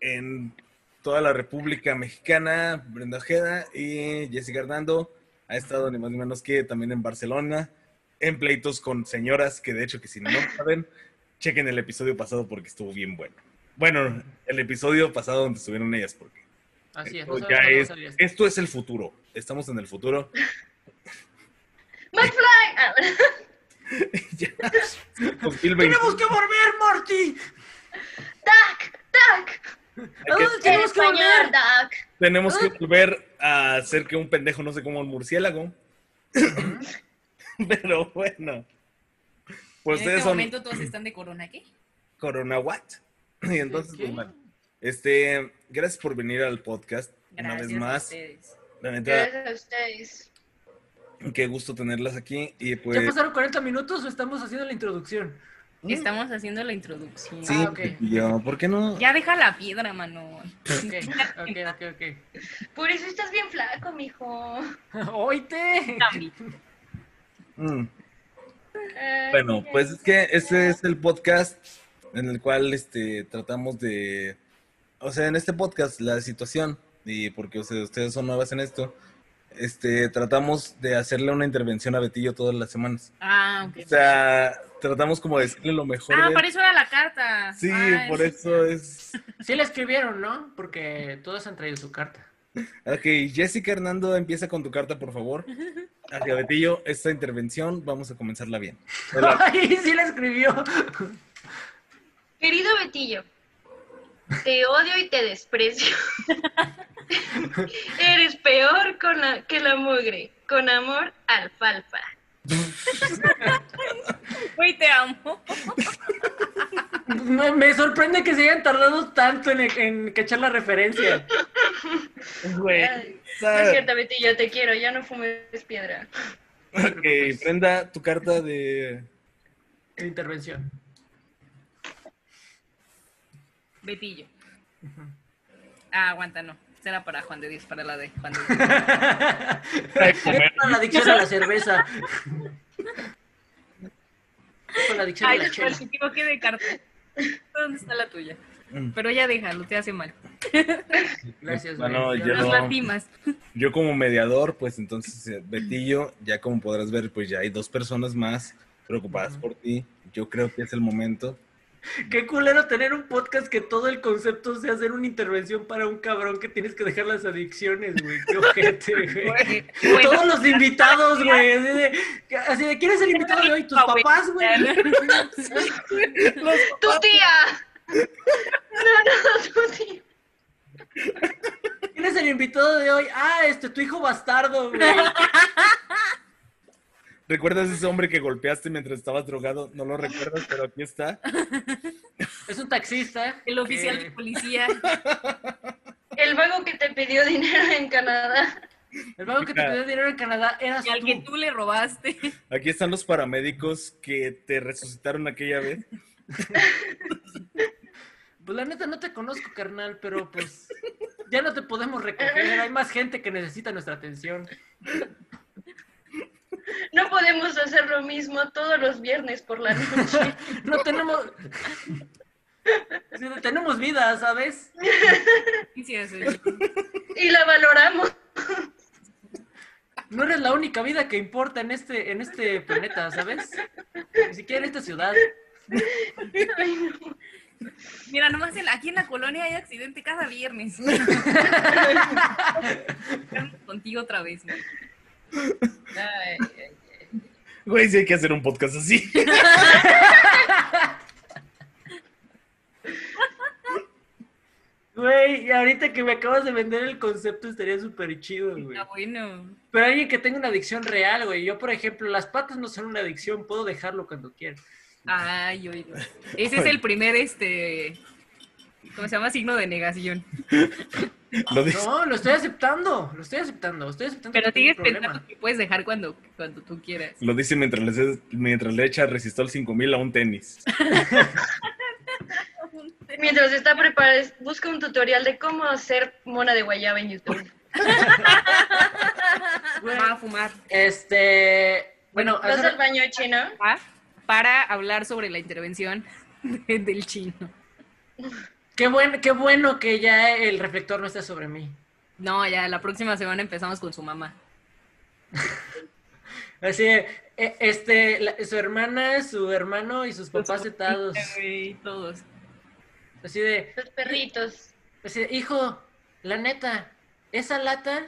Speaker 1: en toda la República Mexicana, Brenda Ojeda y Jessica Hernando, ha estado ni más ni menos que también en Barcelona, en pleitos con señoras, que de hecho que si no saben, chequen el episodio pasado porque estuvo bien bueno. Bueno, el episodio pasado donde estuvieron ellas, porque
Speaker 2: Así es.
Speaker 1: esto,
Speaker 2: no sabemos
Speaker 1: ya
Speaker 2: cuándo va a
Speaker 1: es-
Speaker 2: salir esto.
Speaker 1: esto es el futuro, estamos en el futuro.
Speaker 4: McFly. Ah,
Speaker 1: Ya, 2020.
Speaker 2: ¡Tenemos que volver, Morty!
Speaker 4: Duck, Duck.
Speaker 2: ¿A
Speaker 1: Hay que-
Speaker 2: dónde tenemos
Speaker 4: En
Speaker 2: que
Speaker 4: español,
Speaker 2: volver?
Speaker 4: Duck.
Speaker 3: Ah.
Speaker 1: Tenemos que volver a hacer que un pendejo no se coma un murciélago. Pero bueno. Pues
Speaker 3: en
Speaker 1: ustedes
Speaker 3: este
Speaker 1: son
Speaker 3: momento todos están de corona, ¿qué?
Speaker 1: Corona What. Y entonces,
Speaker 2: ¿Qué?
Speaker 1: pues bueno. Este, gracias por venir al podcast una vez
Speaker 3: a
Speaker 1: más.
Speaker 3: ustedes.
Speaker 1: La neta,
Speaker 4: Gracias a ustedes.
Speaker 1: qué gusto tenerlas aquí. Y pues.
Speaker 2: ¿Ya pasaron 40 minutos o estamos haciendo la introducción?
Speaker 3: Estamos haciendo la introducción.
Speaker 1: Mm. Sí,
Speaker 2: Ah, ok.
Speaker 1: y yo, ¿por qué no?
Speaker 3: Ya deja la piedra, mano.
Speaker 2: Ok, ok, ok, ok.
Speaker 4: Por eso estás bien flaco, mijo.
Speaker 2: ¡Oíte!
Speaker 1: Mm.
Speaker 4: Ay,
Speaker 1: Bueno,
Speaker 4: ya.
Speaker 1: pues es que este es el podcast en el cual este, tratamos de, o sea, en este podcast la situación, y porque o sea, ustedes son nuevas en esto, este, tratamos de hacerle una intervención a Betillo todas las semanas.
Speaker 3: Ah,
Speaker 1: O
Speaker 3: ok.
Speaker 1: sea, tratamos como de decirle lo mejor.
Speaker 3: Ah,
Speaker 1: de-
Speaker 3: para eso era la carta.
Speaker 1: Sí,
Speaker 3: Ah,
Speaker 1: por
Speaker 3: sí.
Speaker 1: eso es...
Speaker 2: Sí la escribieron, ¿no? Porque todos han traído su carta.
Speaker 1: Ok, Jessica Hernando, empieza con tu carta, por favor. Hacia Betillo, esta intervención, vamos a comenzarla bien. Hola.
Speaker 2: ¡Ay, sí la escribió!
Speaker 4: Querido Betillo, te odio y te desprecio. Eres peor con la- que la mugre. Con amor, alfalfa.
Speaker 3: Güey, te amo.
Speaker 2: Me, me sorprende que se hayan tardado tanto en, en cachar la referencia.
Speaker 1: Güey,
Speaker 4: Ay, No es
Speaker 1: esa-
Speaker 4: cierto, Betillo, te quiero. Ya no fumes piedra.
Speaker 1: Ok, prenda tu carta de...
Speaker 2: Tu intervención.
Speaker 3: Betillo. Ah, aguanta, no. Esta era para Juan de Dios, para la de Juan de Dios.
Speaker 2: Es para la adicción a la cerveza. Es para la adicción a
Speaker 3: Ay,
Speaker 2: la
Speaker 3: pues,
Speaker 2: chela.
Speaker 3: me equivoqué de carta. ¿Dónde está la tuya?
Speaker 1: Mm.
Speaker 3: Pero ya déjalo, te hace mal.
Speaker 2: Gracias, güey.
Speaker 1: Bueno, ya
Speaker 3: Nos
Speaker 1: no.
Speaker 3: lastimas.
Speaker 1: Yo como mediador, pues entonces, eh, Betillo, ya como podrás ver, pues ya hay dos personas más preocupadas por ti. Yo creo que es el momento.
Speaker 2: Qué culero tener un podcast que todo el concepto sea hacer una intervención para un cabrón que tienes que dejar las adicciones, güey. Qué ojete, güey.
Speaker 3: Bueno,
Speaker 2: Todos los invitados, güey. Así de, así de, ¿quién es el invitado de hoy? Tus papás, güey.
Speaker 4: ¡Tu tía! No, no, tu tía.
Speaker 2: ¿Quién es el invitado de hoy? Ah, este, tu hijo bastardo, güey.
Speaker 1: ¿Recuerdas ese hombre que golpeaste mientras estabas drogado? No lo recuerdas, pero aquí está.
Speaker 2: Es un taxista.
Speaker 3: el oficial de
Speaker 2: que-
Speaker 3: policía.
Speaker 4: El vago que te pidió dinero en Canadá.
Speaker 2: El vago que te pidió dinero en Canadá eras
Speaker 3: Y al que tú le robaste.
Speaker 1: Aquí están los paramédicos que te resucitaron aquella vez.
Speaker 2: Pues la neta no te conozco, carnal, pero pues ya no te podemos recoger. Hay más gente que necesita nuestra atención.
Speaker 4: No podemos hacer lo mismo todos los viernes por la noche.
Speaker 2: No tenemos. Sí, no tenemos vida, ¿sabes?
Speaker 3: Sí, sí, sí.
Speaker 4: Y la valoramos.
Speaker 2: No eres la única vida que importa en este, en este planeta, ¿sabes? Ni siquiera en esta ciudad.
Speaker 4: Ay, no.
Speaker 3: Mira, nomás en- aquí en la colonia hay accidente cada viernes. Estamos contigo otra vez, güey.
Speaker 5: Ay, ay, ay.
Speaker 1: Güey, sí hay que hacer un podcast así.
Speaker 2: Güey, y ahorita que me acabas de vender el concepto estaría súper chido, güey.
Speaker 3: Está Ah, bueno.
Speaker 2: Pero alguien que tenga una adicción real, güey. Yo, por ejemplo, las patas no son una adicción, puedo dejarlo cuando quiera.
Speaker 3: Ay, oído. Ese es el primer, este, ¿cómo se llama? Signo de negación.
Speaker 1: Lo dice.
Speaker 2: No, lo estoy aceptando, lo estoy aceptando, estoy aceptando.
Speaker 3: Pero
Speaker 2: que tengo
Speaker 3: sigues
Speaker 2: un problema.
Speaker 3: pensando que puedes dejar cuando, cuando tú quieras.
Speaker 1: Lo dice mientras le, mientras le echa resistol 5000 a un tenis.
Speaker 4: Mientras está preparada, busca un tutorial de cómo hacer mona de guayaba en YouTube.
Speaker 2: Güey,
Speaker 3: Va a fumar.
Speaker 2: Este, bueno,
Speaker 4: ¿Vas
Speaker 2: hace-
Speaker 4: al baño chino?
Speaker 3: Va para hablar sobre la intervención de- del chino.
Speaker 2: qué, buen, qué bueno que ya el reflector no está sobre mí.
Speaker 3: No, ya la próxima semana empezamos con su mamá.
Speaker 2: Así, eh, este, la- su hermana, su hermano y sus papás sentados.
Speaker 3: Güey, Todos.
Speaker 2: Así de,
Speaker 4: Los perritos.
Speaker 2: así de, hijo, la neta, esa lata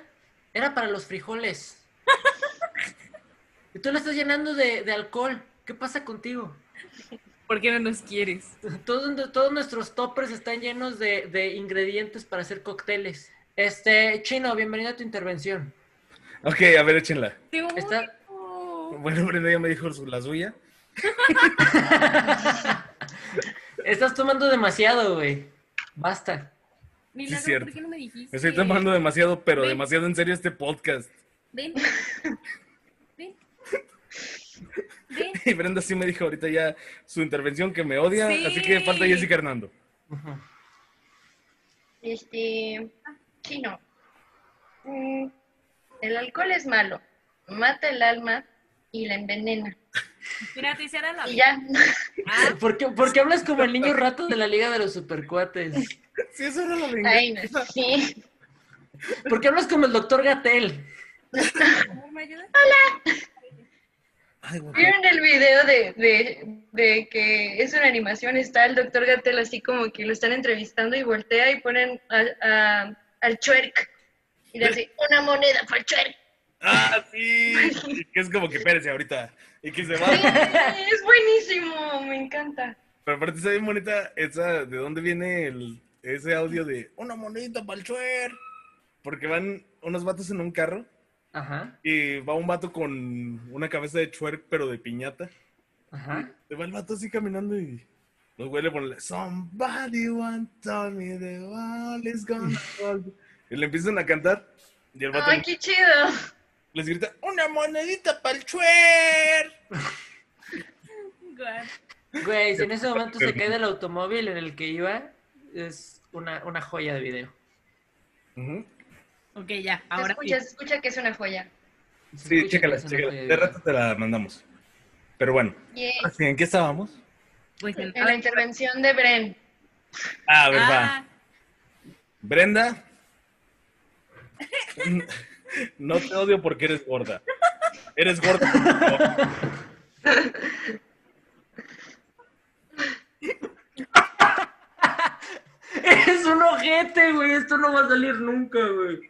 Speaker 2: era para los frijoles. Y tú la estás llenando de, de alcohol. ¿Qué pasa contigo?
Speaker 3: ¿Por qué no nos quieres?
Speaker 2: Todos, todos nuestros toppers están llenos de, de ingredientes para hacer cócteles. Este, Chino, bienvenido a tu intervención.
Speaker 1: Ok, a ver, échenla.
Speaker 3: Te
Speaker 2: Está-
Speaker 3: odio.
Speaker 1: Bueno, Brenda ya me dijo su- la suya.
Speaker 2: Estás tomando demasiado, güey. Basta.
Speaker 3: Milagro,
Speaker 1: cierto.
Speaker 3: ¿por qué no me dijiste?
Speaker 1: Me estoy tomando demasiado, pero
Speaker 3: Güey.
Speaker 1: demasiado en serio este podcast.
Speaker 3: Ven. Ven. Ven.
Speaker 1: Y Brenda sí me dijo ahorita ya su intervención que me odia,
Speaker 3: Sí.
Speaker 1: así que falta Jessica Hernando.
Speaker 2: Ujú.
Speaker 4: Este. Chino. Mm, El alcohol es malo. Mata el alma y la envenena.
Speaker 3: Mira, te hiciera la
Speaker 4: Y ya.
Speaker 3: Ah,
Speaker 2: ¿Por qué, por qué hablas como el niño rato de la Liga de los Supercuates?
Speaker 1: Sí, eso era la
Speaker 4: Ay, no, sí.
Speaker 2: ¿Por qué hablas como el doctor Gatel?
Speaker 3: ¿me ayudas?
Speaker 1: Ay, güey.
Speaker 4: ¿Vieron el video de, de, de que es una animación? Está el doctor Gatel así como que lo están entrevistando y voltea y ponen al, a- al chuerk. Y le hace una moneda para el chuerk.
Speaker 1: Ah, sí. Y Que es como que espérese ahorita. Y que se va.
Speaker 4: Sí, es buenísimo, me encanta.
Speaker 1: Pero aparte está bien bonita esa, ¿de dónde viene el, ese audio de una monita pa'l chuer? Porque van unos vatos en un carro
Speaker 2: Ajá,
Speaker 1: y va un vato con una cabeza de chuer, pero de piñata.
Speaker 2: ajá.
Speaker 1: Se va el vato así caminando y los güeyes le ponen Somebody once told me the world is gonna fall". Y le empiezan a cantar y el vato
Speaker 4: Ay, qué chido.
Speaker 1: les grita ¡Una monedita pa'l chuer!
Speaker 3: Guau.
Speaker 2: Güey, si en ese momento se cae del automóvil en el que iba, es una, una joya de video.
Speaker 1: Ujú.
Speaker 3: Ok, ya,
Speaker 4: Se
Speaker 3: ahora sí.
Speaker 4: escucha, se escucha que es una joya.
Speaker 2: Se
Speaker 1: Sí,
Speaker 2: escucha
Speaker 1: chécala,
Speaker 2: que es una
Speaker 1: chécala.
Speaker 2: joya de
Speaker 1: De
Speaker 2: video.
Speaker 1: rato te la mandamos. Pero bueno,
Speaker 4: Yay.
Speaker 2: Ah,
Speaker 1: ahora sí, ¿en qué estábamos?
Speaker 3: Pues, en-
Speaker 4: En la intervención de Bren.
Speaker 1: Ah, verdad.
Speaker 3: Ah,
Speaker 1: Brenda, no te odio porque eres gorda. Eres gorda.
Speaker 2: Es un ojete, güey. Esto no va a salir nunca, güey.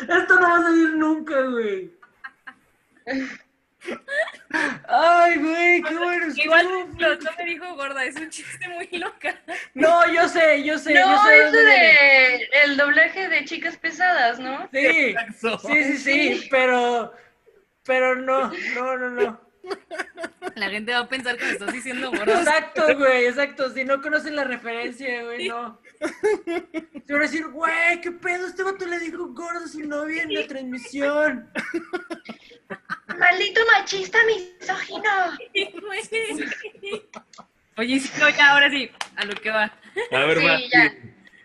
Speaker 2: Esto no va a salir nunca, güey. Ay, güey, qué bueno. estuvo.
Speaker 3: igual no, no me dijo gorda, es un chiste muy loca.
Speaker 2: No, yo sé, yo sé. yo
Speaker 4: No,
Speaker 2: sé
Speaker 4: es
Speaker 2: dónde viene.
Speaker 4: de el doblaje de chicas pesadas, ¿no?
Speaker 2: Sí. Sí, sí, sí, pero. Pero no, no, no, no.
Speaker 3: La gente va a pensar que me estás diciendo gorda.
Speaker 2: Exacto, güey, exacto. Si no conocen la referencia, güey, no. Se van a decir, güey, qué pedo, este vato le dijo gordo a su novia en la transmisión.
Speaker 4: Maldito machista misógino.
Speaker 3: Oye, sí, no, ya, ahora sí, a lo que va.
Speaker 1: A ver,
Speaker 4: Sí,
Speaker 1: va.
Speaker 4: ya.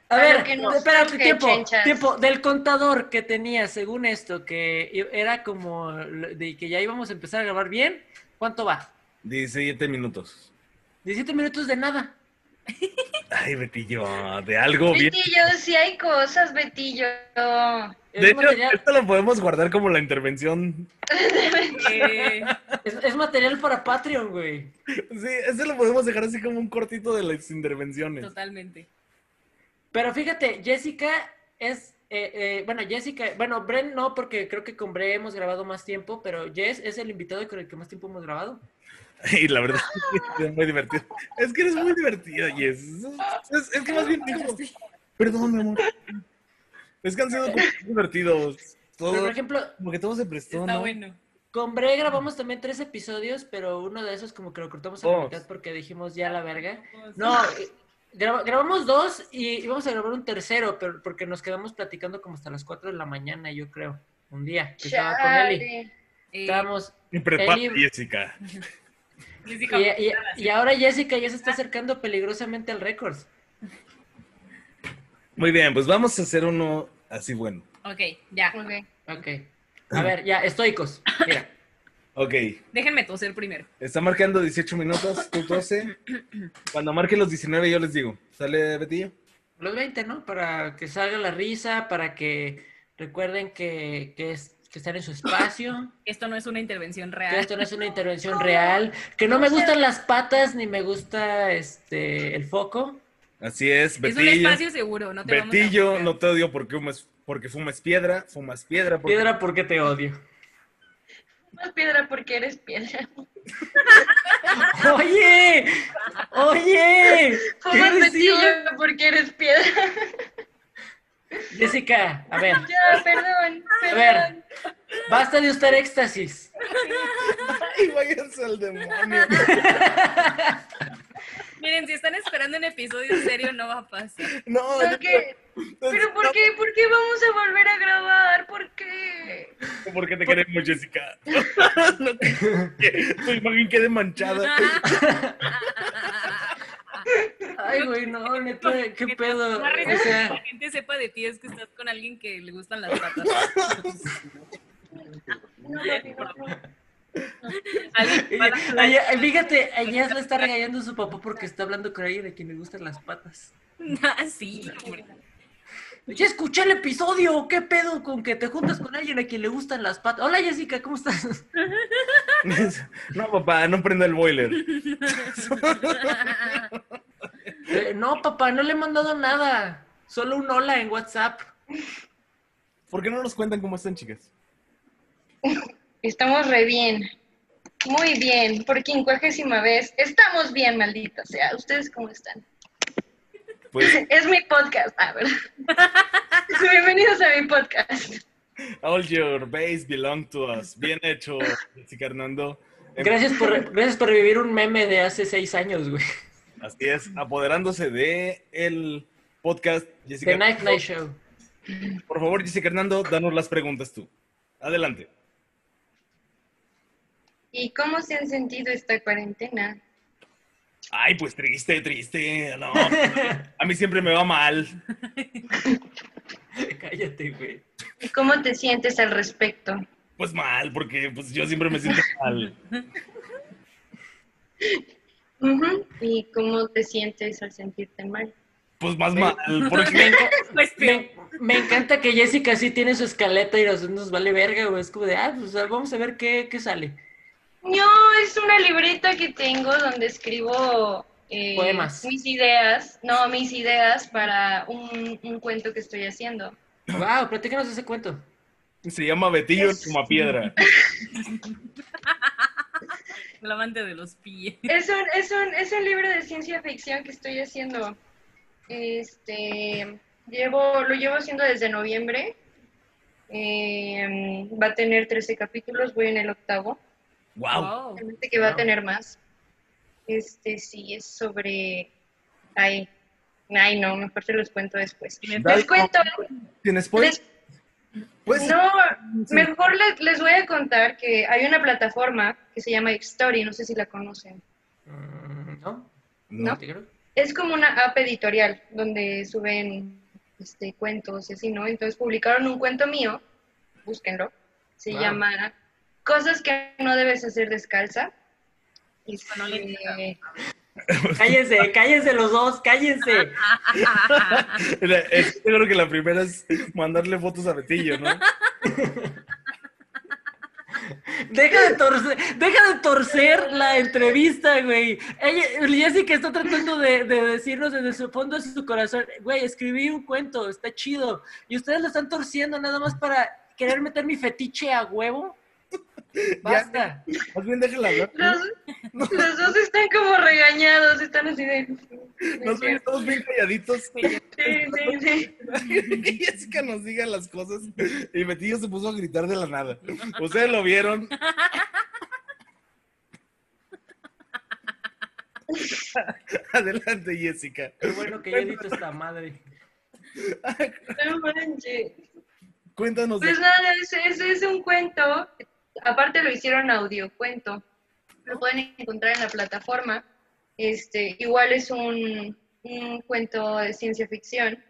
Speaker 2: A
Speaker 4: Para
Speaker 2: ver,
Speaker 4: que nos
Speaker 2: espérate,
Speaker 4: surge,
Speaker 2: tiempo,
Speaker 4: chenchas.
Speaker 2: tiempo, del contador que tenía, según esto, que era como lo- de que ya íbamos a empezar a grabar bien, ¿cuánto va?
Speaker 1: 17 minutos.
Speaker 2: 17 minutos de nada.
Speaker 1: Ay, Betillo, de algo bien.
Speaker 4: Betillo, sí hay cosas, Betillo.
Speaker 2: Es,
Speaker 1: De hecho,
Speaker 2: material,
Speaker 1: esto lo podemos guardar como la intervención.
Speaker 3: Eh,
Speaker 2: es, es material para Patreon, güey.
Speaker 1: Sí, este lo podemos dejar así como un cortito de las intervenciones.
Speaker 3: totalmente.
Speaker 2: Pero fíjate, Jessica es. eh, eh, bueno, Jessica, bueno, Bren no, porque creo que con Bren hemos grabado más tiempo, pero Jess es el invitado con el que más tiempo hemos grabado.
Speaker 1: Y la verdad es que es muy divertido. Es que eres muy divertida, Jess. Es, es que más bien dijo, perdón, mi amor. Es que han sido como divertidos.
Speaker 2: Pero, por
Speaker 1: Todo,
Speaker 2: ejemplo,
Speaker 1: como que todo se prestó,
Speaker 3: Está
Speaker 1: ¿no?
Speaker 3: bueno.
Speaker 2: con Bren grabamos también tres episodios, pero uno de esos como que lo cortamos a la
Speaker 1: Dos.
Speaker 2: mitad porque dijimos ya la verga. No, eh, graba- grabamos dos y íbamos a grabar un tercero, pero porque nos quedamos platicando como hasta las 4 de la mañana, yo creo, un día. Que estaba con Eli.
Speaker 4: Chale.
Speaker 3: Eh,
Speaker 2: Estábamos
Speaker 1: Y prepara,
Speaker 2: Eli-
Speaker 1: Jessica.
Speaker 3: les
Speaker 2: Y,
Speaker 3: digo,
Speaker 2: y- y ahora Jessica ya se está acercando peligrosamente al récord.
Speaker 1: Muy bien, pues vamos a hacer uno así bueno.
Speaker 3: Ok, ya.
Speaker 4: Ok.
Speaker 2: Ok. A ver, ya, estoicos. Mira.
Speaker 1: Ok,
Speaker 3: Déjenme toser primero.
Speaker 1: está marcando 18 minutos, tú 12. Cuando marque los 19 yo les digo. ¿Sale, Betillo?
Speaker 2: Los 20, ¿no? Para que salga la risa, para que recuerden que, que, es, que están en su espacio,
Speaker 3: Esto no es una intervención
Speaker 2: que
Speaker 3: real.
Speaker 2: esto no es una intervención real, que no me gustan las patas ni me gusta este el foco.
Speaker 1: Así es,
Speaker 3: Es
Speaker 1: Betillo.
Speaker 3: un espacio seguro, no te vamos a
Speaker 1: Betillo,
Speaker 3: juzgar.
Speaker 1: no te odio porque fumas, porque fumas piedra, fumas piedra porque
Speaker 2: Piedra, porque te odio?
Speaker 4: Más piedra porque eres piedra.
Speaker 2: ¡Oye! ¡Oye! ¿Qué
Speaker 4: Fumas
Speaker 2: decía?
Speaker 4: betillo porque eres piedra.
Speaker 2: Jessica, a ver,
Speaker 4: Ya, perdón,
Speaker 2: a
Speaker 4: perdón.
Speaker 2: ver. Basta de usar éxtasis.
Speaker 1: Ay, váyanse al demonio.
Speaker 3: Miren, si están esperando un episodio serio, no va a pasar.
Speaker 1: No,
Speaker 4: ¿Por qué?
Speaker 1: no,
Speaker 4: ¿Pero por qué? ¿Por qué vamos a volver a grabar? ¿Por qué?
Speaker 1: no, ¿Por qué te queremos, Jessica? No, que- tu imagen quede manchada.
Speaker 2: Ay, güey, no, neta, qué pedo.
Speaker 3: Más
Speaker 2: O
Speaker 3: rico que
Speaker 2: sea,
Speaker 3: la gente sepa de ti es que estás con alguien que le gustan las patas.
Speaker 4: No, papi, no, no.
Speaker 3: Alguien que va a las
Speaker 2: Ay, ay, fíjate, ella le está regañando a su papá porque está hablando con alguien a quien le gustan las patas.
Speaker 3: Ah, sí, hombre.
Speaker 2: Ya escuché el episodio, ¿qué pedo con que te juntas con alguien a quien le gustan las patas? Hola Jessica, ¿cómo estás?
Speaker 1: No, papá, no prenda el boiler.
Speaker 2: Eh, no, papá, no le he mandado nada. Solo un hola en WhatsApp.
Speaker 1: ¿Por qué no nos cuentan cómo están, chicas?
Speaker 4: Estamos re bien. Muy bien, por quincuagésima vez. Estamos bien, maldita sea. ¿Ustedes cómo están?
Speaker 1: Pues,
Speaker 4: Es mi podcast, ah, ¿verdad? Bienvenidos a mi podcast.
Speaker 1: all your base belong to us. Bien hecho, Jessica Hernando. Em-
Speaker 2: Gracias por, gracias por revivir un meme de hace seis años, güey.
Speaker 1: Así es, apoderándose de el podcast. Jessica,
Speaker 2: The Night Night Show.
Speaker 1: por favor, Jessica Hernando, danos las preguntas tú. Adelante.
Speaker 4: ¿Y cómo se han sentido esta cuarentena?
Speaker 1: Ay, pues triste, triste. No, a mí siempre me va mal.
Speaker 2: Cállate, güey.
Speaker 4: ¿Y cómo te sientes al respecto?
Speaker 1: Pues mal, porque pues yo siempre me siento mal.
Speaker 4: Ujú, ¿Y cómo te sientes al sentirte mal?
Speaker 1: Pues más mal,
Speaker 2: Me,
Speaker 1: porque
Speaker 2: enca-
Speaker 3: Pues
Speaker 2: me- me encanta que Jessica sí tiene su escaleta y nos, nos vale verga, güey. Es como de, ah, pues vamos a ver qué, qué sale.
Speaker 4: No, es una libreta que tengo donde escribo eh,
Speaker 2: Poemas.
Speaker 4: mis ideas, no, mis ideas para un, un cuento que estoy haciendo.
Speaker 2: Wow, platícanos ese cuento.
Speaker 1: se llama Betillo como piedra.
Speaker 3: el amante de los pies.
Speaker 4: Es un, es un, es un libro de ciencia ficción que estoy haciendo. Este, llevo, lo llevo haciendo desde noviembre. Eh, va a tener 13 capítulos, voy en el octavo.
Speaker 1: Wow.
Speaker 3: Wow.
Speaker 4: Obviamente que va a
Speaker 2: Wow.
Speaker 4: tener más. Este, sí, es sobre... Ay, ay no, mejor se los cuento después.
Speaker 3: Dale,
Speaker 4: Les cuento...
Speaker 1: ¿Tienes spoilers? Pues
Speaker 4: No, mejor les, les voy a contar que hay una plataforma que se llama Story, no sé si la conocen.
Speaker 2: Mm, ¿No?
Speaker 1: No.
Speaker 2: te creo.
Speaker 4: Es como una app editorial donde suben este, cuentos y así, ¿no? Entonces publicaron un cuento mío, búsquenlo, se
Speaker 2: Wow.
Speaker 4: llama Cosas que no debes hacer descalza.
Speaker 3: no le
Speaker 4: Este,
Speaker 2: Cállense, cállense los dos, cállense.
Speaker 1: La- es- yo creo que la primera es mandarle fotos a Betillo, ¿no?
Speaker 2: Deja de torcer, deja de torcer la entrevista, güey. Ella, Jessica está tratando de, de decirnos desde su fondo de su corazón, güey, escribí un cuento, está chido. Y ustedes lo están torciendo nada más para querer meter mi fetiche a huevo. Basta.
Speaker 1: Más bien déjala hablar.
Speaker 4: Los, los dos están como regañados, están así de...
Speaker 1: Nos ven todos bien calladitos.
Speaker 4: Sí, sí, sí.
Speaker 1: que Jessica nos diga las cosas. Y Betillo se puso a gritar de la nada. Ustedes lo vieron. Adelante, Jessica.
Speaker 2: Qué bueno que yo edito esta madre.
Speaker 4: No manches.
Speaker 1: Cuéntanos. de-
Speaker 4: Pues nada, ese, ese es un cuento. Aparte lo hicieron audiocuento. Lo pueden encontrar en la plataforma. Este, igual es un, un cuento de ciencia ficción.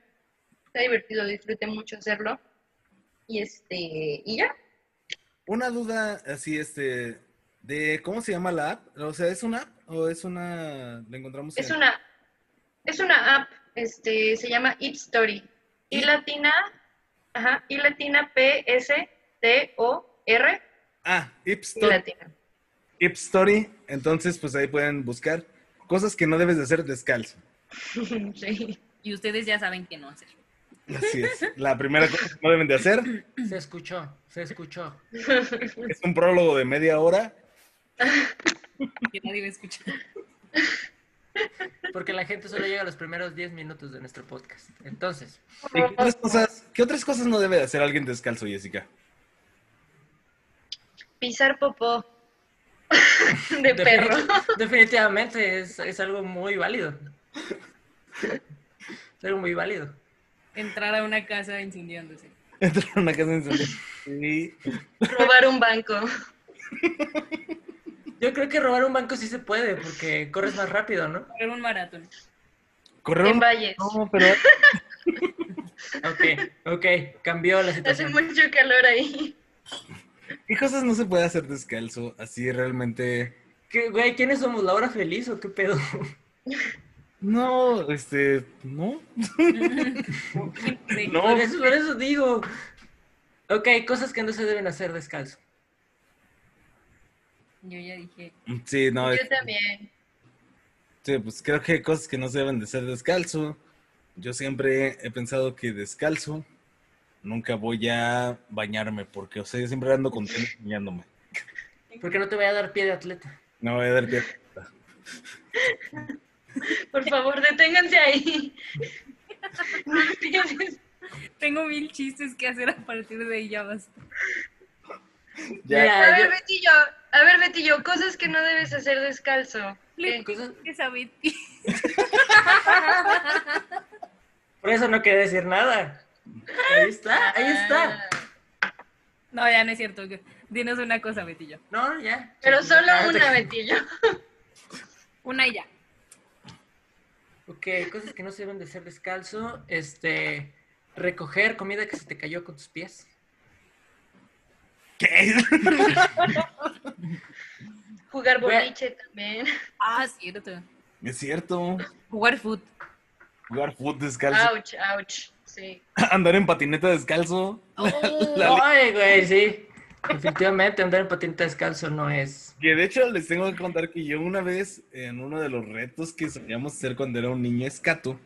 Speaker 4: Está divertido, disfruté mucho hacerlo. Y este, y ya.
Speaker 1: Una duda así, este, de cómo se llama la app. O sea, ¿es una app o es una... La encontramos
Speaker 4: Es
Speaker 1: en-
Speaker 4: una, es una app, este, se llama Ip Story. Y latina, ajá, y latina P S T O R
Speaker 1: Ah, Ip
Speaker 4: y
Speaker 1: Story.
Speaker 4: latina.
Speaker 1: Ip Story. Entonces, pues ahí pueden buscar cosas que no debes de hacer descalzo.
Speaker 4: Sí.
Speaker 3: Y ustedes ya saben qué no hacer.
Speaker 1: Así es. La primera cosa que no deben de hacer
Speaker 2: Se escuchó, se escuchó.
Speaker 1: es un prólogo de media hora.
Speaker 3: Que nadie me escucha.
Speaker 2: Porque la gente solo llega a los primeros 10 minutos de nuestro podcast. Entonces,
Speaker 1: ¿Y qué otras cosas, qué otras cosas no debe de hacer alguien descalzo, Jessica?
Speaker 4: Pisar popó de
Speaker 2: definit-
Speaker 4: perro.
Speaker 2: definitivamente es, es algo muy válido. Es algo muy válido.
Speaker 3: Entrar a una casa incendiándose.
Speaker 1: Entrar a una casa incendiada. Sí.
Speaker 4: Robar un banco.
Speaker 2: Yo creo que robar un banco sí se puede, porque corres más rápido, ¿no?
Speaker 3: Correr un maratón.
Speaker 1: Correr
Speaker 4: En
Speaker 1: un-
Speaker 4: Valles.
Speaker 1: No, pero
Speaker 2: Ok, ok, cambió la
Speaker 4: Hace
Speaker 2: situación.
Speaker 4: mucho calor ahí.
Speaker 1: ¿qué cosas no se puede hacer descalzo? Así realmente...
Speaker 2: ¿Qué, güey, ¿quiénes somos? ¿La hora feliz o qué pedo?
Speaker 1: No, este, no.
Speaker 3: Sí.
Speaker 2: Por eso, por eso digo. Ok, cosas que no se deben hacer descalzo.
Speaker 3: Yo ya dije.
Speaker 1: Sí, no,
Speaker 4: Yo también.
Speaker 1: sí, pues creo que hay cosas que no se deben de hacer descalzo. Yo siempre he pensado que descalzo nunca voy a bañarme, porque, o sea, yo siempre ando contento bañándome.
Speaker 2: Porque no te voy a dar pie de atleta.
Speaker 1: No voy a dar pie.
Speaker 4: Por favor, deténganse ahí. No empieces.
Speaker 3: Tengo mil chistes que hacer a partir de ahí, ya basta.
Speaker 1: Ya.
Speaker 4: A
Speaker 2: Mira,
Speaker 4: ver,
Speaker 2: yo-
Speaker 4: Betillo. A ver, Betillo, cosas que no debes hacer descalzo.
Speaker 3: Le
Speaker 4: ¿Qué?
Speaker 2: cosas-
Speaker 3: que saber ti.
Speaker 2: por eso no quería decir nada. Ahí está, ahí
Speaker 4: Ah.
Speaker 2: está.
Speaker 3: No, ya no es cierto. Dinos una cosa, Betillo.
Speaker 2: No, ya.
Speaker 4: Pero solo
Speaker 2: Ah, te-
Speaker 4: una, Betillo.
Speaker 3: Una y ya.
Speaker 2: Ok, cosas que no se deben de hacer descalzo. Este, recoger comida que se te cayó con tus pies.
Speaker 4: Jugar
Speaker 2: Güey.
Speaker 4: boliche también.
Speaker 3: Ah, cierto.
Speaker 1: Es cierto.
Speaker 3: Jugar foot.
Speaker 1: Jugar fútbol descalzo.
Speaker 4: Ouch, ouch. Sí.
Speaker 1: Andar en patineta descalzo.
Speaker 3: Oh,
Speaker 2: Ay, güey, sí. Definitivamente andar en patineta descalzo no es.
Speaker 1: Que de hecho les tengo que contar que yo una vez, en uno de los retos que solíamos hacer cuando era un niño escato,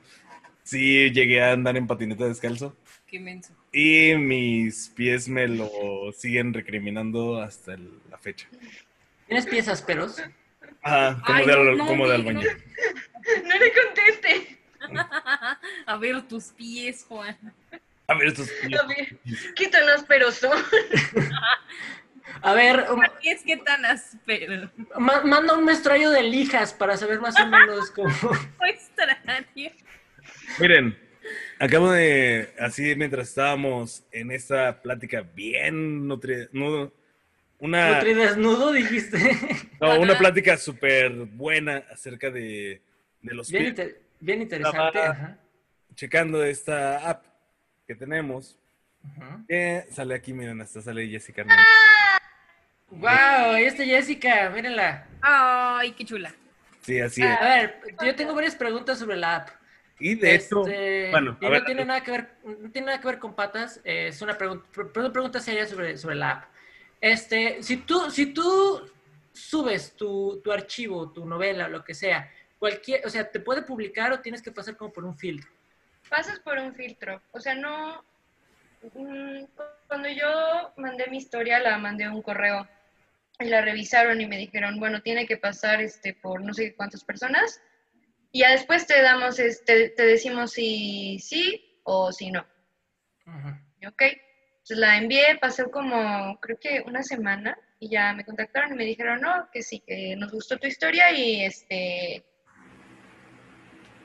Speaker 1: sí llegué a andar en patineta descalzo.
Speaker 3: Qué menso.
Speaker 1: Y mis pies me lo siguen recriminando hasta el- la fecha.
Speaker 2: ¿Tienes pies ásperos?
Speaker 1: Ah, como
Speaker 3: Ay,
Speaker 1: de,
Speaker 3: no,
Speaker 1: al-
Speaker 3: no,
Speaker 1: como de
Speaker 3: no,
Speaker 1: albañil.
Speaker 4: No le conteste.
Speaker 3: A ver tus pies, Juan.
Speaker 1: A ver, estos pies.
Speaker 4: A ver, Quítanos, pero son.
Speaker 2: A ver, um,
Speaker 3: Pies que tan áspero.
Speaker 2: ma- manda un mestrallo de lijas para saber más o menos cómo.
Speaker 3: Fue extraño.
Speaker 1: Miren, acabo de, así mientras estábamos en esta plática bien nutri- nu- una,
Speaker 2: Nutri desnudo, dijiste.
Speaker 1: no, una
Speaker 3: Ajá.
Speaker 1: plática súper buena acerca de, de los
Speaker 2: Bien,
Speaker 1: pies.
Speaker 2: inter- bien interesante.
Speaker 1: Estaba-
Speaker 2: ajá.
Speaker 1: Checando esta app que tenemos,
Speaker 2: Ajá.
Speaker 1: que sale aquí, miren, hasta sale Jessica. Hernández.
Speaker 2: Wow, ahí está Jessica, mírenla.
Speaker 3: Ay, qué chula.
Speaker 1: Sí, así es.
Speaker 2: A ver, yo tengo varias preguntas sobre la app.
Speaker 1: Y de hecho,
Speaker 2: Este,
Speaker 1: bueno,
Speaker 2: y
Speaker 1: a
Speaker 2: no
Speaker 1: ver,
Speaker 2: tiene nada que ver, no tiene nada que ver con patas. eh, es una pregunta, pre- pre- pregunta seria sobre, sobre la app. Este, si tú, si tú subes tu, tu archivo, tu novela, lo que sea, cualquier, o sea, te puede publicar o tienes que pasar como por un filtro.
Speaker 4: pasas por un filtro. O sea, no. mm, Cuando yo mandé mi historia, la mandé a un correo y la revisaron y me dijeron, bueno, tiene que pasar este por no sé cuántas personas. Y ya después te damos, este, te decimos si sí o si no. Y ok. Entonces la envié, pasó como, creo que una semana, y ya me contactaron y me dijeron, no, que sí, que nos gustó tu historia y este.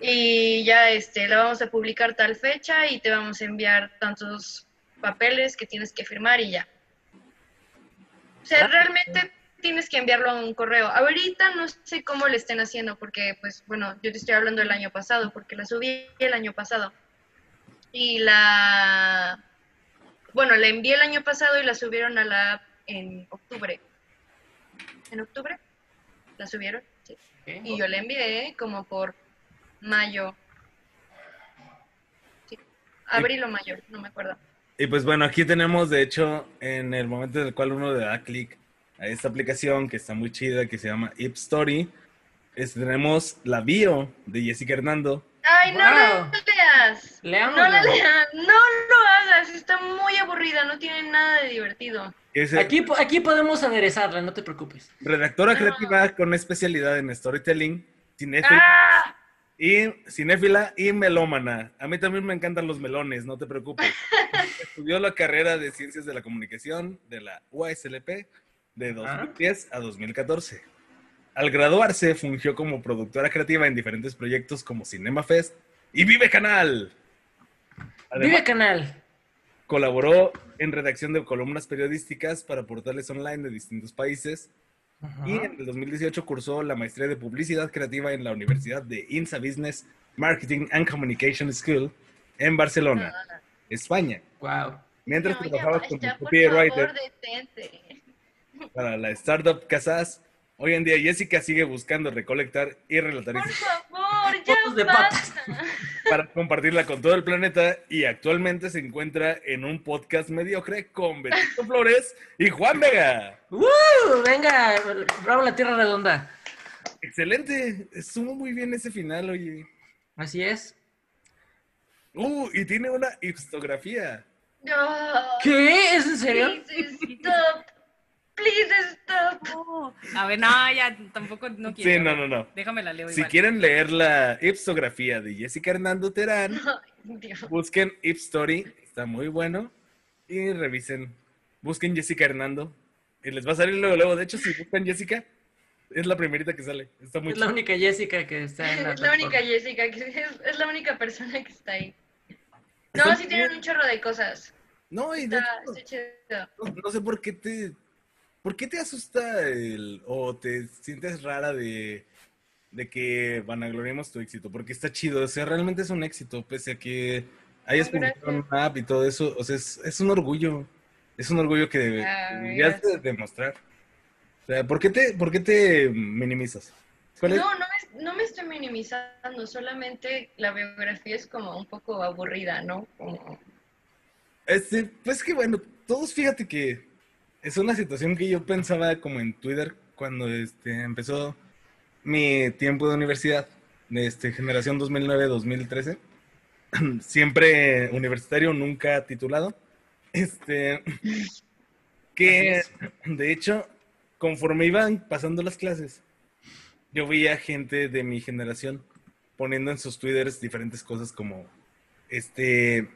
Speaker 4: Y ya este, la vamos a publicar tal fecha y te vamos a enviar tantos papeles que tienes que firmar y ya. O sea, realmente tienes que enviarlo a un correo. Ahorita no sé cómo le estén haciendo, porque, pues, bueno, yo te estoy hablando del año pasado, porque la subí el año pasado. Y la. Bueno, la envié el año pasado y la subieron a la app en octubre. ¿En octubre? ¿La subieron? Sí.
Speaker 2: ¿ok?
Speaker 4: Y yo la envié como por mayo. Sí. Abril o mayo, no me acuerdo.
Speaker 1: y pues bueno, aquí tenemos de hecho en el momento en el cual uno le da clic a esta aplicación que está muy chida, que se llama Ip Story, es- tenemos la bio de Jessica Hernando.
Speaker 4: ¡Ay, no
Speaker 2: Wow.
Speaker 4: la leas!
Speaker 2: Leamos.
Speaker 4: No la leas, no lo hagas, está muy aburrida, no tiene nada de divertido.
Speaker 1: que es
Speaker 2: Aquí, Ah. po- aquí podemos aderezarla, no te preocupes.
Speaker 1: redactora creativa con especialidad en storytelling, cinéfila,
Speaker 4: ¡Ah!
Speaker 1: y, cinéfila y melómana. A mí también me encantan los melones, no te preocupes. Estudió la carrera de Ciencias de la Comunicación de la UASLP de 2010 a 2014. Al graduarse, fungió como productora creativa en diferentes proyectos como Cinema Fest y Vive Canal. Además,
Speaker 2: Vive Canal.
Speaker 1: colaboró en redacción de columnas periodísticas para portales online de distintos países y
Speaker 2: Ajá.
Speaker 1: en el 2018 cursó la maestría de Publicidad Creativa en la Universidad de INSA Business Marketing and Communication School en Barcelona, España.
Speaker 2: Wow.
Speaker 1: Mientras
Speaker 4: Ah. No, ya
Speaker 1: trabajaba
Speaker 4: basta,
Speaker 1: como
Speaker 4: por
Speaker 1: copywriter
Speaker 4: favor, detente.
Speaker 1: para la startup Casas, hoy en día Jessica sigue buscando recolectar y relatar
Speaker 4: Por
Speaker 1: historias
Speaker 4: favor,
Speaker 2: Fotos de
Speaker 4: ya
Speaker 2: patas.
Speaker 4: basta.
Speaker 1: para compartirla con todo el planeta y actualmente se encuentra en un podcast mediocre con Benito Flores y Juan Vega.
Speaker 2: ¡Woo! Uh, Venga, bravo la tierra redonda.
Speaker 1: Excelente, estuvo muy bien ese final, oye.
Speaker 2: Así es.
Speaker 1: Uh, y tiene una histografía.
Speaker 4: No,
Speaker 2: ¿Qué? ¿Es en serio?
Speaker 4: please stop. Please stop.
Speaker 3: A ver, no, ya tampoco Oh. no quiero.
Speaker 1: Sí, no, no, no.
Speaker 3: Déjame la leo
Speaker 1: Si
Speaker 3: igual.
Speaker 1: quieren leer la hipsografía de Jessica Hernando Terán,
Speaker 4: Dios.
Speaker 1: busquen Hip Story, está muy bueno, y revisen. Busquen Jessica Hernando, y les va a salir luego, luego. De hecho, si buscan Jessica, es la primerita que sale. Está muy
Speaker 2: Es la
Speaker 1: chida.
Speaker 2: única Jessica que está en la
Speaker 4: Es la única
Speaker 2: plataforma.
Speaker 4: Jessica, que es, es la única persona que está ahí.
Speaker 1: Está
Speaker 4: No, sí
Speaker 1: bien.
Speaker 4: tienen un chorro de cosas.
Speaker 1: No, y de
Speaker 4: Está,
Speaker 1: hecho,
Speaker 4: está chido.
Speaker 1: no, no sé por qué te... ¿Por qué te asusta el, o te sientes rara de, de que vanagloriemos tu éxito? Porque está chido, o sea, realmente es un éxito, pese a que hayas
Speaker 4: Ay,
Speaker 1: publicado
Speaker 4: Ah, gracias.
Speaker 1: una app y todo eso, o sea, es, es un orgullo, es un orgullo que debe-
Speaker 4: Ay,
Speaker 1: deberías de
Speaker 4: Ah, gracias.
Speaker 1: demostrar. O sea, ¿por qué te, por qué te minimizas? ¿Cuál es?
Speaker 4: No, no me, no me estoy minimizando, solamente la biografía es como un poco aburrida, ¿no? Como-
Speaker 1: Este, pues que bueno, todos fíjate que es una situación que yo pensaba como en Twitter cuando este, empezó mi tiempo de universidad, de este, generación 2009-2013, siempre universitario, nunca titulado, este, que de hecho, conforme iban pasando las clases, yo veía gente de mi generación poniendo en sus twitters diferentes cosas como, este,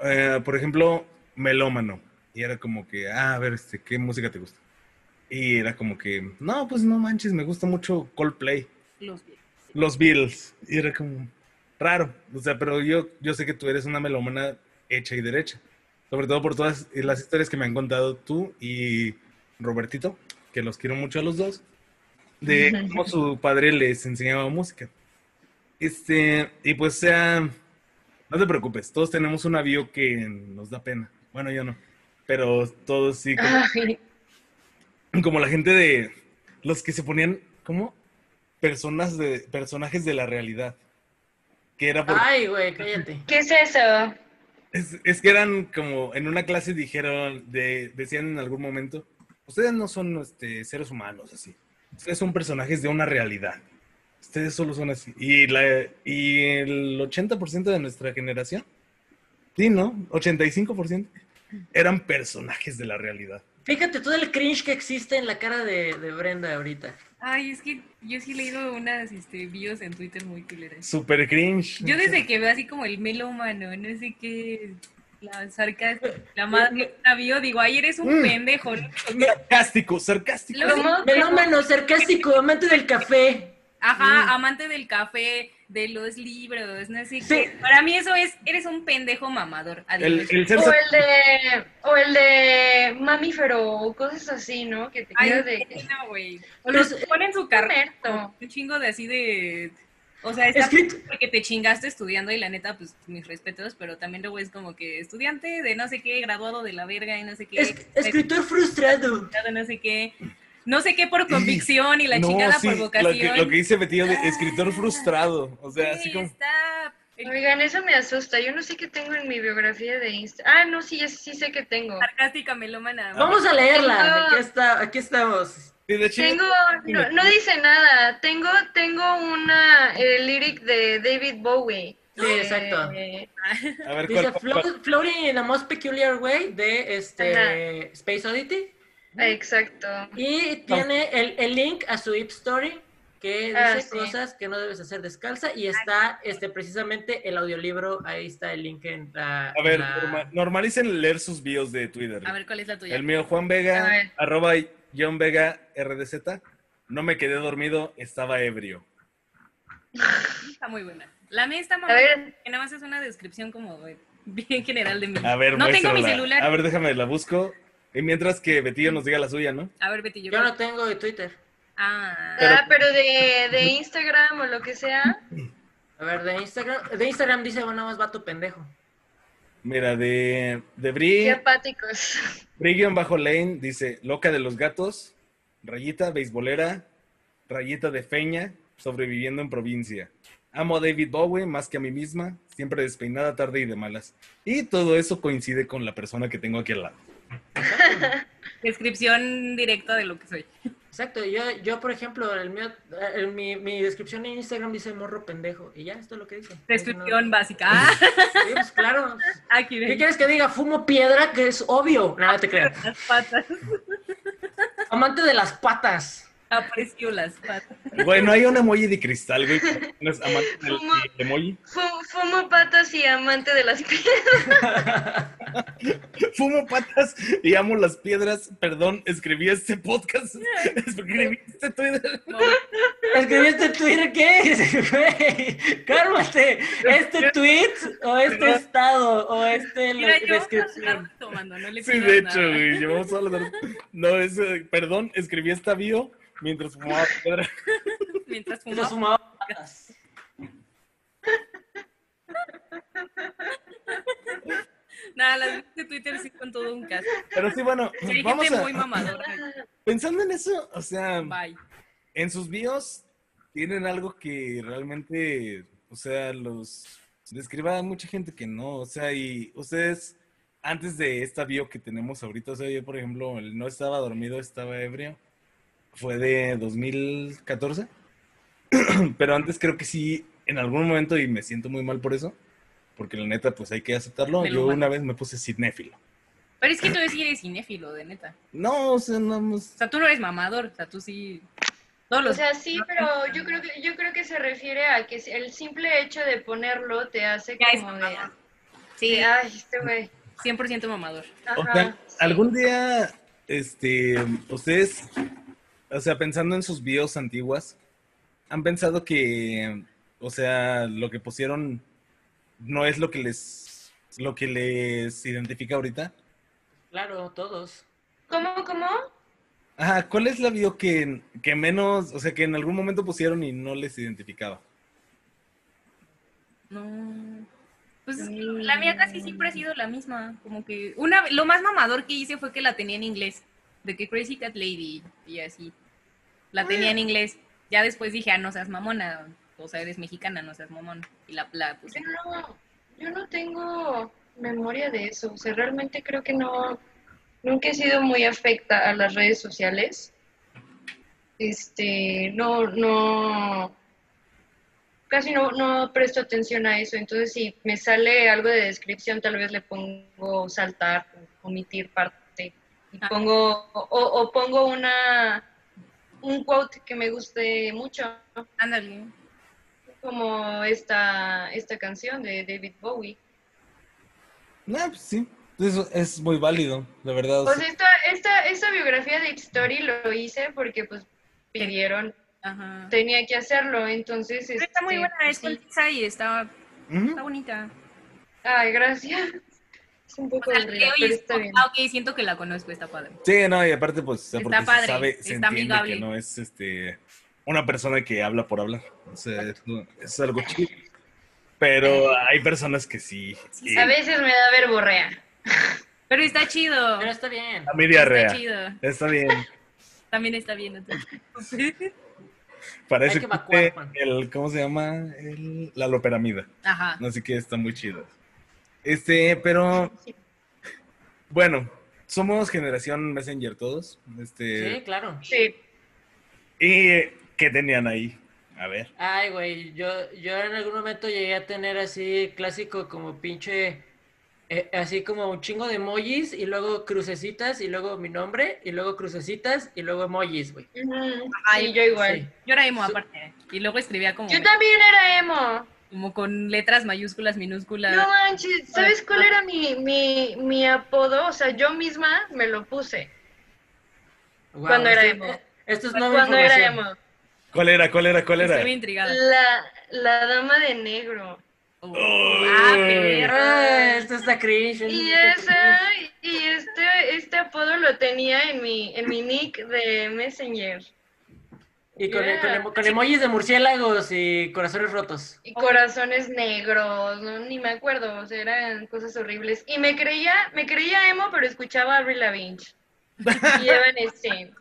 Speaker 1: eh, por ejemplo, melómano. Y era como que, ah, a ver, este, ¿qué música te gusta? Y era como que, no, pues no manches, me gusta mucho Coldplay,
Speaker 3: Los vi-
Speaker 1: los Beatles. Y era como, raro. O sea, pero yo, yo sé que tú eres una melómana hecha y derecha. Sobre todo por todas las historias que me han contado tú y Robertito, que los quiero mucho a los dos, de cómo su padre les enseñaba música. Este, y pues o sea, no te preocupes, todos tenemos un avión que nos da pena. Bueno, yo no, pero todos sí, como,
Speaker 4: Ay,
Speaker 1: como la gente de los que se ponían, ¿cómo? personas de, personajes de la realidad. Que era por-
Speaker 2: Ay, güey, cállate.
Speaker 4: ¿Qué es eso?
Speaker 1: es, es que eran como en una clase dijeron, de, decían en algún momento, ustedes no son este, seres humanos así. Ustedes son personajes de una realidad. Ustedes solo son así. Y, la, y el 80% de nuestra generación, sí, ¿no? 85% eran personajes de la realidad.
Speaker 2: Fíjate todo el cringe que existe en la cara de, de Brenda ahorita.
Speaker 3: Ay, es que yo sí he leído unas este, bios en Twitter muy culeras.
Speaker 1: Super cringe.
Speaker 3: Yo desde que veo así como el melo humano, no sé qué, la sarcástica, la madre la bio, digo, ay, eres un
Speaker 1: Mm.
Speaker 3: pendejo. ¿no?
Speaker 1: Sarcástico, sarcástico.
Speaker 3: Luego,
Speaker 4: ¿Cómo?
Speaker 2: Fenómeno sarcástico, amante del café.
Speaker 3: Ajá, amante del café, de los libros, no sé
Speaker 2: Sí.
Speaker 3: qué. Para mí eso es, eres un pendejo mamador.
Speaker 1: El,
Speaker 3: Adiós.
Speaker 1: el ser
Speaker 4: O el de, o el de mamífero o cosas así, ¿no? Que Pues, te
Speaker 3: Ay,
Speaker 4: quedas de...
Speaker 3: qué pena, güey. O
Speaker 2: Pero
Speaker 3: los
Speaker 2: es-
Speaker 3: ponen su carnet,
Speaker 4: muerto.
Speaker 3: un chingo de así de... O sea, está
Speaker 2: Es que-
Speaker 3: porque te chingaste estudiando y la neta, pues mis respetos, pero también luego es como que estudiante de no sé qué, graduado de la verga y no sé qué.
Speaker 2: Es- escritor frustrado.
Speaker 3: licenciado, no sé qué. No sé qué por convicción y la
Speaker 1: No,
Speaker 3: chingada
Speaker 1: sí,
Speaker 3: por
Speaker 1: lo que,
Speaker 3: vocación.
Speaker 1: lo que dice Betillo de escritor frustrado. O sea, así
Speaker 3: Sí,
Speaker 1: como.
Speaker 3: está- El
Speaker 4: Oigan, eso me asusta. Yo no sé qué tengo en mi biografía de Insta. Ah, no, sí, ya sí sé que tengo.
Speaker 3: sarcástica melómana.
Speaker 2: Vamos a leerla.
Speaker 4: Tengo-
Speaker 2: Aquí, está, aquí estamos.
Speaker 1: Sí, de hecho,
Speaker 4: Tengo, no, no dice nada. Tengo, tengo una eh, lyric de David Bowie.
Speaker 2: Sí, exacto.
Speaker 4: Eh,
Speaker 1: A ver,
Speaker 2: Dice
Speaker 1: ¿cuál, cuál- cuál?
Speaker 2: Flo- Floating in a Most Peculiar Way de este, Space Oddity.
Speaker 4: exacto.
Speaker 2: Y tiene el, el link a su Ip Story que dice
Speaker 4: Ah, sí.
Speaker 2: cosas que no debes hacer descalza y está este precisamente el audiolibro, ahí está el link en la...
Speaker 1: A ver,
Speaker 2: en la-
Speaker 1: norma- normalicen leer sus bios de Twitter.
Speaker 3: A ver, ¿cuál es la tuya?
Speaker 1: El mío, Juan
Speaker 4: A
Speaker 1: Vega,
Speaker 4: ver.
Speaker 1: arroba John Vega RDZ. No me quedé dormido, estaba ebrio.
Speaker 3: Está muy buena. La mía está muy
Speaker 4: A ver,
Speaker 3: que nada más es una descripción como eh, bien general de mí.
Speaker 1: A ver,
Speaker 3: no tengo mi
Speaker 1: muéstrala.
Speaker 3: celular.
Speaker 1: A ver, déjame, la busco. Y mientras que Betillo nos diga la suya, ¿no?
Speaker 3: Betty, yo
Speaker 2: Yo no tengo de Twitter.
Speaker 3: Ah,
Speaker 1: Pero-
Speaker 4: ah, pero de, de Instagram o lo que sea.
Speaker 2: A ver, de Instagram, de Instagram dice, bueno, nada más vato pendejo.
Speaker 1: Mira, de, de
Speaker 4: Qué
Speaker 1: Bri,
Speaker 4: apáticos.
Speaker 1: Bri bajo lane dice, loca de los gatos, rayita beisbolera, rayita de feña, sobreviviendo en provincia. Amo a David Bowie más que a mí misma, siempre despeinada, tarde y de malas. Y todo eso coincide con la persona que tengo aquí al lado.
Speaker 3: descripción directa de lo que soy.
Speaker 2: Exacto, yo, yo por ejemplo, el mío, el- mi, mi descripción en Instagram dice morro pendejo y ya, esto es lo que dice.
Speaker 3: Descripción básica. Ah,
Speaker 2: Sí, pues, claro.
Speaker 3: aquí
Speaker 2: ¿Qué
Speaker 3: ven
Speaker 2: quieres que diga? Fumo piedra, que es obvio. Nada, te creo.
Speaker 3: las patas.
Speaker 2: Amante de las patas.
Speaker 3: Aprecio las patas.
Speaker 1: Güey, no hay un emoji de cristal, güey. No es amante del
Speaker 4: Fuma.
Speaker 1: del emoji.
Speaker 4: Fu- Fumo patas y amante de las piedras.
Speaker 1: Fumo patas y amo las piedras. Perdón, escribí este podcast. Escribí este Twitter.
Speaker 2: ¿Escribiste Twitter qué? es? Güey, Cálmate. Este tweet o este estado o este la
Speaker 3: Mira, yo
Speaker 2: descripción.
Speaker 3: estar tomando, no le
Speaker 1: Sí,
Speaker 3: pido
Speaker 1: de
Speaker 3: nada.
Speaker 1: hecho, güey. Llevamos solo dos- No, es. eh, Perdón, escribí esta bio mientras fumaba piedra.
Speaker 3: Mientras
Speaker 2: Los
Speaker 3: fumaba.
Speaker 2: fumados patas.
Speaker 3: Nada, las de Twitter sí con todo un caso.
Speaker 1: Pero sí, bueno,
Speaker 3: Sí, hay
Speaker 1: Pues vamos
Speaker 3: gente muy
Speaker 1: a.
Speaker 3: mamadora.
Speaker 1: Pensando en eso, o sea,
Speaker 3: Bye.
Speaker 1: en sus bios tienen algo que realmente, o sea, los describa a mucha gente que no, o sea, y ustedes antes de esta bio que tenemos ahorita, o sea, yo por ejemplo, el no estaba dormido, estaba ebrio, fue de 2014, pero antes creo que sí, en algún momento, y me siento muy mal por eso, porque la neta, pues hay que aceptarlo,
Speaker 3: Del
Speaker 1: yo
Speaker 3: humano.
Speaker 1: una vez me puse cinéfilo.
Speaker 3: Pero es que tú sí eres cinéfilo, de neta.
Speaker 1: No, o sea, no, no-
Speaker 3: O sea, tú no eres mamador. O sea, tú sí. Todos
Speaker 4: O
Speaker 3: los.
Speaker 4: sea, sí, pero yo creo que yo creo que se refiere a que el simple hecho de ponerlo te hace
Speaker 3: Ya es
Speaker 4: como de,
Speaker 3: mamador.
Speaker 4: de,
Speaker 3: Sí,
Speaker 4: ay, este güey.
Speaker 3: 100% mamador.
Speaker 1: O
Speaker 4: Ajá,
Speaker 1: sea,
Speaker 4: sí.
Speaker 1: algún día, este, ustedes, o sea, pensando en sus bios antiguas, han pensado que, o sea, lo que pusieron no es lo que les, lo que les identifica ahorita.
Speaker 2: Claro, todos.
Speaker 4: ¿Cómo, cómo?
Speaker 1: Ajá, ¿cuál es la bio que, que menos, o sea, que en algún momento pusieron y no les identificaba?
Speaker 3: No. Pues es que la mía casi siempre ha sido la misma. Como que. una ve- Lo más mamador que hice
Speaker 6: Ah.
Speaker 3: fue que la tenía en inglés. De que Crazy Cat Lady y así. La tenía en inglés. Ya después dije, ah, no seas mamona. O sea, eres mexicana, no seas mamón. Y la, la puse.
Speaker 6: Yo no, yo no tengo memoria de eso. O sea, realmente creo que no. Nunca he sido muy afecta a las redes sociales. Este, no, no. Casi no, no presto atención a eso. Entonces, si me sale algo de descripción, tal vez le pongo saltar, omitir parte. Y
Speaker 3: Ah.
Speaker 6: pongo, o, o pongo una, un quote que me guste mucho,
Speaker 3: Ándale.
Speaker 6: como esta, esta canción de David Bowie.
Speaker 1: No, pues sí. Eso es muy válido, la verdad.
Speaker 6: Pues esta, esta, esta biografía de It Story lo hice porque pues pidieron,
Speaker 3: Ajá.
Speaker 6: tenía que hacerlo, entonces...
Speaker 3: Pero está muy
Speaker 6: este,
Speaker 3: buena, es
Speaker 6: sí.
Speaker 3: concisa y está,
Speaker 1: Ujú.
Speaker 3: está bonita.
Speaker 6: Ay, gracias. Es un
Speaker 3: O
Speaker 6: poco
Speaker 3: sea, la
Speaker 6: aburrida,
Speaker 3: leo y
Speaker 6: pero
Speaker 3: es
Speaker 6: está
Speaker 3: como,
Speaker 6: bien.
Speaker 3: ah, ok, siento que la conozco, está padre.
Speaker 1: Sí, no, y aparte, pues, o sea,
Speaker 3: Está
Speaker 1: porque
Speaker 3: padre,
Speaker 1: se sabe, se
Speaker 3: está
Speaker 1: entiende
Speaker 3: amigable.
Speaker 1: que no es este una persona que habla por hablar. O sea, eso- eso es algo chido. Pero hay personas que sí.
Speaker 3: Sí,
Speaker 1: y
Speaker 6: A veces me da verborrea.
Speaker 3: Pero está chido.
Speaker 2: Pero está bien.
Speaker 1: a mí diarrea.
Speaker 3: Está chido.
Speaker 1: Está bien.
Speaker 3: También está bien. entonces.
Speaker 1: Para
Speaker 2: Hay
Speaker 1: eso
Speaker 2: que evacuar,
Speaker 1: existe
Speaker 2: Juan.
Speaker 1: el, ¿cómo se llama? El- la loperamida.
Speaker 3: Ajá.
Speaker 1: Así que está muy chido. Este, pero bueno, somos generación Messenger todos. Este,
Speaker 2: Sí, claro.
Speaker 6: Sí.
Speaker 1: ¿Y eh, qué tenían ahí? A ver.
Speaker 2: Ay, güey, yo, yo en algún momento llegué a tener así clásico como pinche, eh, así como un chingo de emojis y luego crucecitas y luego mi nombre y luego crucecitas y luego emojis, güey.
Speaker 6: Ujú.
Speaker 3: Ay,
Speaker 6: Sí, yo igual.
Speaker 2: Sí.
Speaker 3: Yo era emo
Speaker 2: Su-
Speaker 3: aparte. Y luego escribía como,
Speaker 6: Yo también era emo.
Speaker 3: como con letras mayúsculas, minúsculas.
Speaker 6: No manches, ¿sabes cuál era mi, mi, mi apodo? O sea, yo misma me lo puse
Speaker 2: Guau,
Speaker 6: Cuando era
Speaker 2: esto-
Speaker 6: emo.
Speaker 2: eh, Esto es nueva
Speaker 6: cuando era
Speaker 2: información.
Speaker 6: emo.
Speaker 1: ¿Cuál era? ¿Cuál era? ¿Cuál era?
Speaker 3: Estoy muy intrigada.
Speaker 6: La, la dama de negro.
Speaker 3: Oh. Ah, perro.
Speaker 2: Ah, esto está cringe. esto
Speaker 6: Y
Speaker 2: está
Speaker 6: esa, y este, este apodo lo tenía en mi, en mi nick de Messenger.
Speaker 2: cringe. Y con,
Speaker 6: Yeah.
Speaker 2: con emo- con emojis de murciélagos y corazones rotos.
Speaker 6: Y corazones negros, no, ni me acuerdo, o sea, eran cosas horribles. Y me creía, me creía emo, pero escuchaba a Avril Lavigne. Y Evanescence.